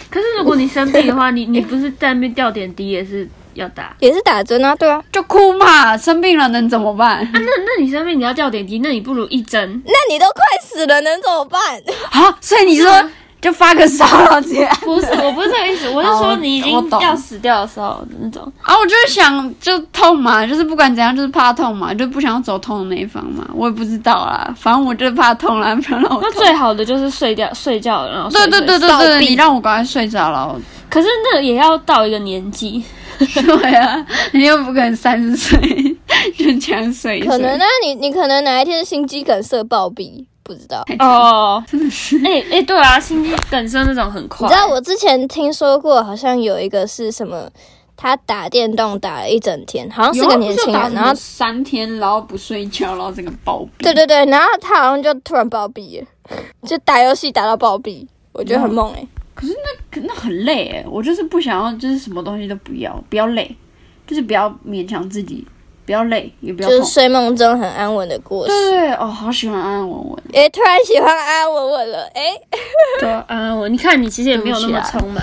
Speaker 5: 可是如果你生病的话， 你你不是在那边吊点滴也是要打啊？
Speaker 3: 也是打针啊，对啊。
Speaker 2: 就哭嘛，生病了能怎么办？
Speaker 5: 那那你生病你要吊点滴，那你不如一针。
Speaker 3: 那你都快死了，能怎么 办？
Speaker 2: 好，啊所以你说就发个烧了，直接。
Speaker 5: 不是，我不是这个意哦思，我是
Speaker 2: 好
Speaker 5: 说
Speaker 2: 我
Speaker 5: 你已
Speaker 2: 我
Speaker 5: 经
Speaker 2: 懂
Speaker 5: 要死掉的时候的那种。
Speaker 2: 啊，我就是想就痛嘛，就是不管怎样，就是怕痛嘛，就不想要走痛的那一方嘛。我也不知道啦，反正我就是怕痛啦，不要让我
Speaker 5: 那
Speaker 2: 痛。
Speaker 5: 最好的就是睡掉睡觉，然后睡
Speaker 2: 对对对
Speaker 5: 睡
Speaker 2: 对
Speaker 3: 倒
Speaker 2: 对，
Speaker 3: 闭
Speaker 2: 你让我赶快睡着 了。
Speaker 5: 可是那也要到一个年纪，
Speaker 2: 对啊，你又不可能三十岁就这样睡一睡。
Speaker 3: 可能啊，你你可能哪一天心肌梗塞暴毙，不知道。
Speaker 5: 哦，真的是，哎、哎、对啊，心肌梗塞那种很快。
Speaker 3: 你知道我之前听说过，好像有一个是什么，他打电动打了一整天，好像是
Speaker 2: 有
Speaker 3: 个
Speaker 2: 啊
Speaker 3: 年
Speaker 2: 不是
Speaker 3: 轻
Speaker 2: 有打
Speaker 3: 人，
Speaker 2: 什么
Speaker 3: 然后
Speaker 2: 三天，然后不睡觉，然后整个暴毙。
Speaker 3: 对对对，然后他好像就突然暴毙了， 就打游戏打到暴毙，我觉得很
Speaker 2: 嗯
Speaker 3: 猛哎、
Speaker 2: 可那很累哎，我就是不想要，就是什么东西都不要，不要累，就是不要勉强自己，不要累，也不要
Speaker 3: 就是
Speaker 2: 痛。
Speaker 3: 睡梦中很安稳的过
Speaker 2: 对
Speaker 3: 世。
Speaker 2: 对对，哦，好喜欢安安稳稳。
Speaker 3: 哎、突然喜欢安安稳稳了，哎、
Speaker 5: 对啊，啊我你看你其实也没有那么
Speaker 2: 对不起啊
Speaker 5: 冲嘛。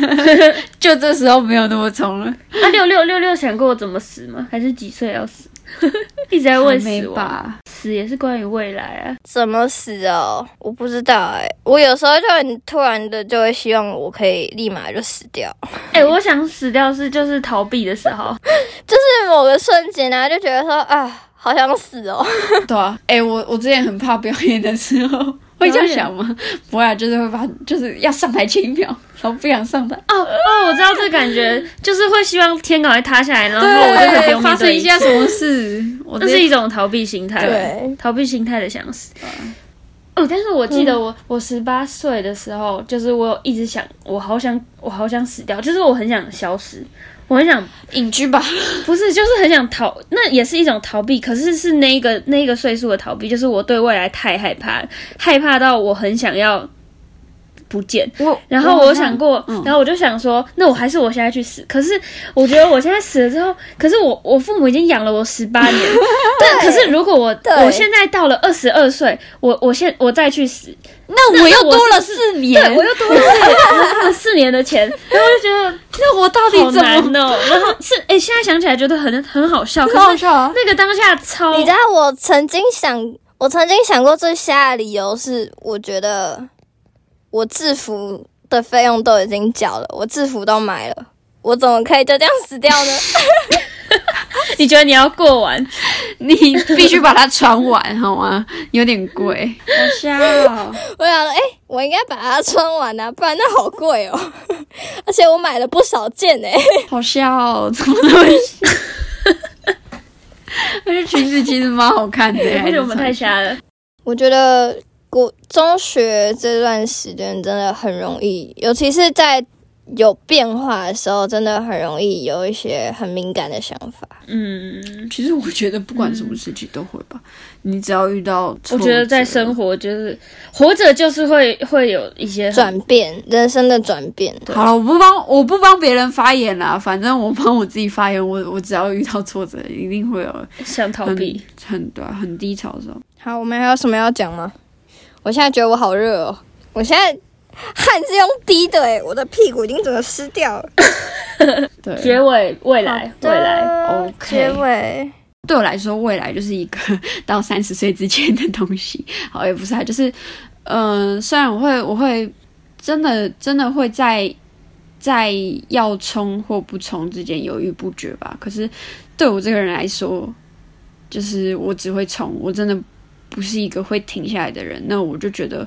Speaker 2: 只有就这时候没有那么冲了，
Speaker 5: 那啊六六六六想过我怎么死吗？还是几岁要死？ 一直在问
Speaker 2: 还没
Speaker 5: 死亡，
Speaker 2: 吧？
Speaker 5: 死也是关于未来啊。
Speaker 3: 怎么死哦？我不知道哎、我有时候就很突然的就会希望我可以立马就死掉，
Speaker 5: 哎、我想死掉是就是逃避的时 候，哦
Speaker 3: 就是某个瞬间啊，就觉得说啊，好想死哦。
Speaker 2: 对啊，哎、我我之前很怕表演的时候。会这样想吗？不会、啊，就是会把，就是要上台前一秒，然后不想上台，
Speaker 5: 哦哦，我知道这感觉，就是会希望天赶快塌下来，然后我就可以不
Speaker 2: 对，
Speaker 5: 用
Speaker 2: 发
Speaker 5: 面
Speaker 2: 生
Speaker 5: 对
Speaker 2: 一
Speaker 5: 一
Speaker 2: 下
Speaker 5: 切。
Speaker 2: 什么 事，我
Speaker 5: 这
Speaker 2: 直接
Speaker 5: 是一种逃避心态，
Speaker 3: 对，
Speaker 5: 逃避心态的想死。
Speaker 2: 啊
Speaker 5: 哦，但是我记得我、
Speaker 2: 嗯
Speaker 5: 我十八岁的时候，就是我有一直想，我好想我好想死掉，就是我很想消失，我很想
Speaker 2: 隐居吧。
Speaker 5: 不是，就是很想逃，那也是一种逃避，可是是那一个那一个岁数的逃避，就是我对未来太害怕了，害怕到我很想要不见。
Speaker 2: 我
Speaker 5: 然后我有想过，
Speaker 2: 嗯
Speaker 5: 然后我就想说，那我还是我现在去死。可是我觉得我现在死了之后，可是我我父母已经养了我十八年，但可是如果我
Speaker 3: 对
Speaker 5: 我现在到了二十二岁，我我现我再去死，
Speaker 2: 那我又
Speaker 5: 我是
Speaker 2: 多了四年，
Speaker 5: 对我又多了四多了四年的钱， 然后我就觉得
Speaker 2: 那我到底
Speaker 5: 好
Speaker 2: 怎么
Speaker 5: 难哦。然后是哎、现在想起来觉得很很好笑，可
Speaker 2: 很好
Speaker 5: 是
Speaker 2: 笑啊
Speaker 5: 那个当下超
Speaker 3: 你知道我曾经想，我曾经想过最瞎的理由是，我觉得我制服的费用都已经缴了，我制服都买了，我怎么可以就这样死掉呢？
Speaker 5: 你觉得你要过完？
Speaker 2: 你必须把它传完好吗？有点贵，
Speaker 5: 好笑、哦，
Speaker 3: 我想说，哎、我应该把它穿完啊，不然那好贵哦， 而且我买了不少件哎、
Speaker 2: 好笑、哦，怎么那么笑？而且裙子其实蛮好看的，
Speaker 5: 而且我们太
Speaker 2: 想
Speaker 5: 瞎了。
Speaker 3: 我觉得国中学这段时间真的很容易，尤其是在有变化的时候，真的很容易有一些很敏感的想法。
Speaker 5: 嗯，
Speaker 2: 其实我觉得不管什么事情都会吧，你只要遇到挫
Speaker 5: 我
Speaker 2: 折，
Speaker 5: 觉得在生活就是活着，就是会会有一些很
Speaker 3: 转变，人生的转变。
Speaker 2: 好了，我不帮我不帮别人发言啦，反正我帮我自己发言。我我只要遇到挫折，一定会有
Speaker 5: 想逃
Speaker 2: 很
Speaker 5: 避。
Speaker 2: 很对啊、很低潮的时候。
Speaker 3: 好，我们还有什么要讲吗？我现在觉得我好热哦，我现在汗是用滴的诶，我的屁股已经整个湿掉了。
Speaker 2: 对，
Speaker 5: 结尾未来未来，
Speaker 2: OK
Speaker 3: 结尾
Speaker 2: 对我来说，未来就是一个 到三十岁之间的东西。好，也不是啊，就是，嗯、虽然我会，我会真的真的会在在要冲或不冲之间犹豫不决吧。可是对我这个人来说，就是我只会冲，我真的不是一个会停下来的人。那我就觉得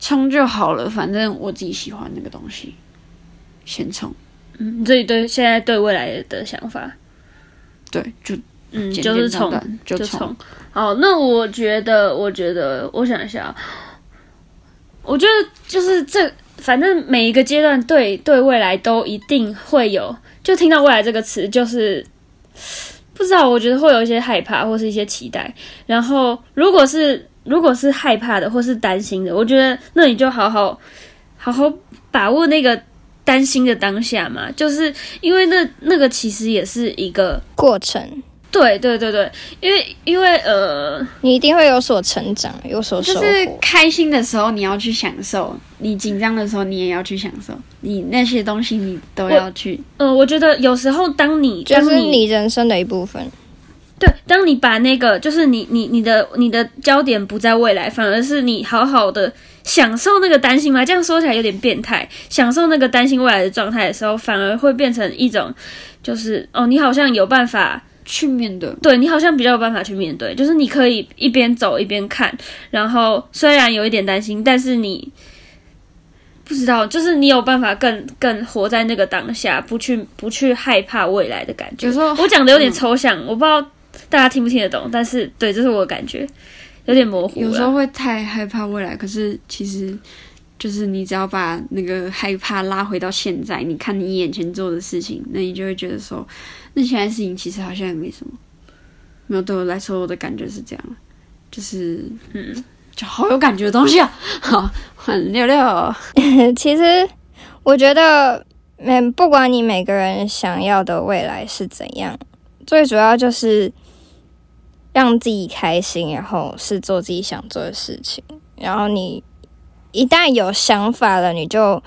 Speaker 2: 冲就好了，反正我自己喜欢那个东西，先冲。
Speaker 5: 嗯，你自己对现在对未来的想法，
Speaker 2: 对，就
Speaker 5: 嗯，
Speaker 2: 简
Speaker 5: 就是
Speaker 2: 简单
Speaker 5: 从
Speaker 2: 单就
Speaker 5: 就
Speaker 2: 冲
Speaker 5: 从。好，那我觉得，我觉得，我想一下，我觉得就是这，反正每一个阶段对对未来都一定会有，就听到未来这个词，就是不知道，我觉得会有一些害怕或是一些期待。然后，如果是如果是害怕的或是担心的，我觉得那你就好好好好把握那个担心的当下嘛，就是因为那那个其实也是一个。
Speaker 3: 过程，
Speaker 5: 对对对对，因为因为呃，
Speaker 3: 你一定会有所成长，有所收
Speaker 2: 就
Speaker 3: 获。
Speaker 2: 是开心的时候你要去享受，你紧张的时候你也要去享受，你那些东西你都要去。
Speaker 5: 呃，我觉得有时候当你
Speaker 3: 就
Speaker 5: 当
Speaker 3: 是你人生的一部分。
Speaker 5: 对，当你把那个就是你你你的你的焦点不在未来，反而是你好好的享受那个担心嘛。这样说起来有点变态，享受那个担心未来的状态的时候，反而会变成一种就是哦，你好像有办法
Speaker 2: 去面对，
Speaker 5: 对你好像比较有办法去面对，就是你可以一边走一边看，然后虽然有一点担心，但是你不知道，就是你有办法更更活在那个当下，不去不去害怕未来的感觉
Speaker 2: 有。时候嗯
Speaker 5: 我讲的有点抽象，我不知道大家听不听得懂，但是对，这是我的感觉，有点模糊啦。啊
Speaker 2: 有时候会太害怕未来，可是其实就是你只要把那个害怕拉回到现在，你看你眼前做的事情，那你就会觉得说，那现在事情其实好像也没什么。没有对我来说，我的感觉是这样，就是
Speaker 5: 嗯，
Speaker 2: 就好有感觉的东西啊。好，换六六，
Speaker 3: 其实我觉得，嗯，不管你每个人想要的未来是怎样，最主要就是让自己开心，然后是做自己想做的事情。然后你一旦有想法了，你就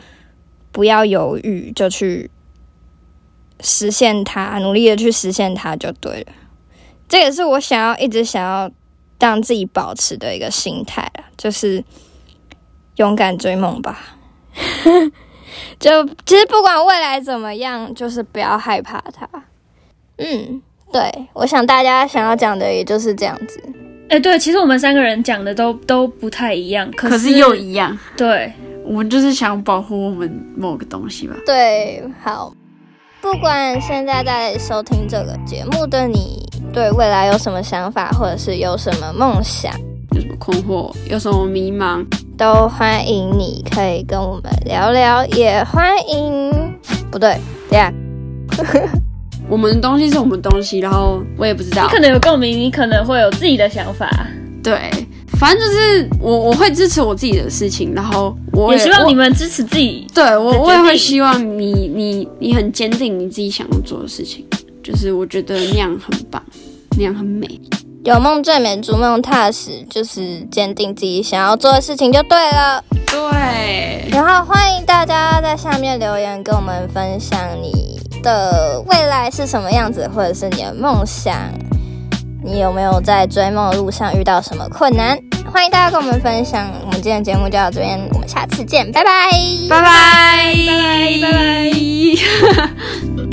Speaker 3: 不要犹豫，就去实现它，努力的去实现它就对了。这也是我想要一直想要让自己保持的一个心态啊，就是勇敢追梦吧。就其实不管未来怎么样，就是不要害怕它。嗯，对，我想大家想要讲的也就是这样子。
Speaker 5: 哎、对，其实我们三个人讲的都都不太一样，可
Speaker 2: 可是又一样，
Speaker 5: 对，
Speaker 2: 我们就是想保护我们某个东西吧。
Speaker 3: 对，好。不管现在在收听这个节目的你，对未来有什么想法，或者是有什么梦想，
Speaker 2: 有什么困惑，有什么迷茫，
Speaker 3: 都欢迎你可以跟我们聊聊，也欢迎不对，等一下
Speaker 2: 我们的东西是我们的东西，然后我也不知道
Speaker 5: 可。能有共鸣，你可能会有自己的想法，
Speaker 2: 对，反正就是我我会支持我自己的事情，然后我
Speaker 5: 也希望
Speaker 2: 我
Speaker 5: 你们支持自己。
Speaker 2: 对我，
Speaker 5: 很
Speaker 2: 我也
Speaker 5: 坚
Speaker 2: 会
Speaker 5: 定
Speaker 2: 希望你，你，你很坚定你自己想要做的事情，就是我觉得那样很棒，那样很美。
Speaker 3: 有梦最美，逐梦踏实，就是坚定自己想要做的事情就对了。
Speaker 2: 对，
Speaker 3: 然后欢迎大家在下面留言跟我们分享你的未来是什么样子，或者是你的梦想，你有没有在追梦的路上遇到什么困难？欢迎大家跟我们分享。我们今天的节目就到这边，我们下次见，拜拜。
Speaker 2: 拜拜，
Speaker 5: 拜拜拜
Speaker 2: 拜。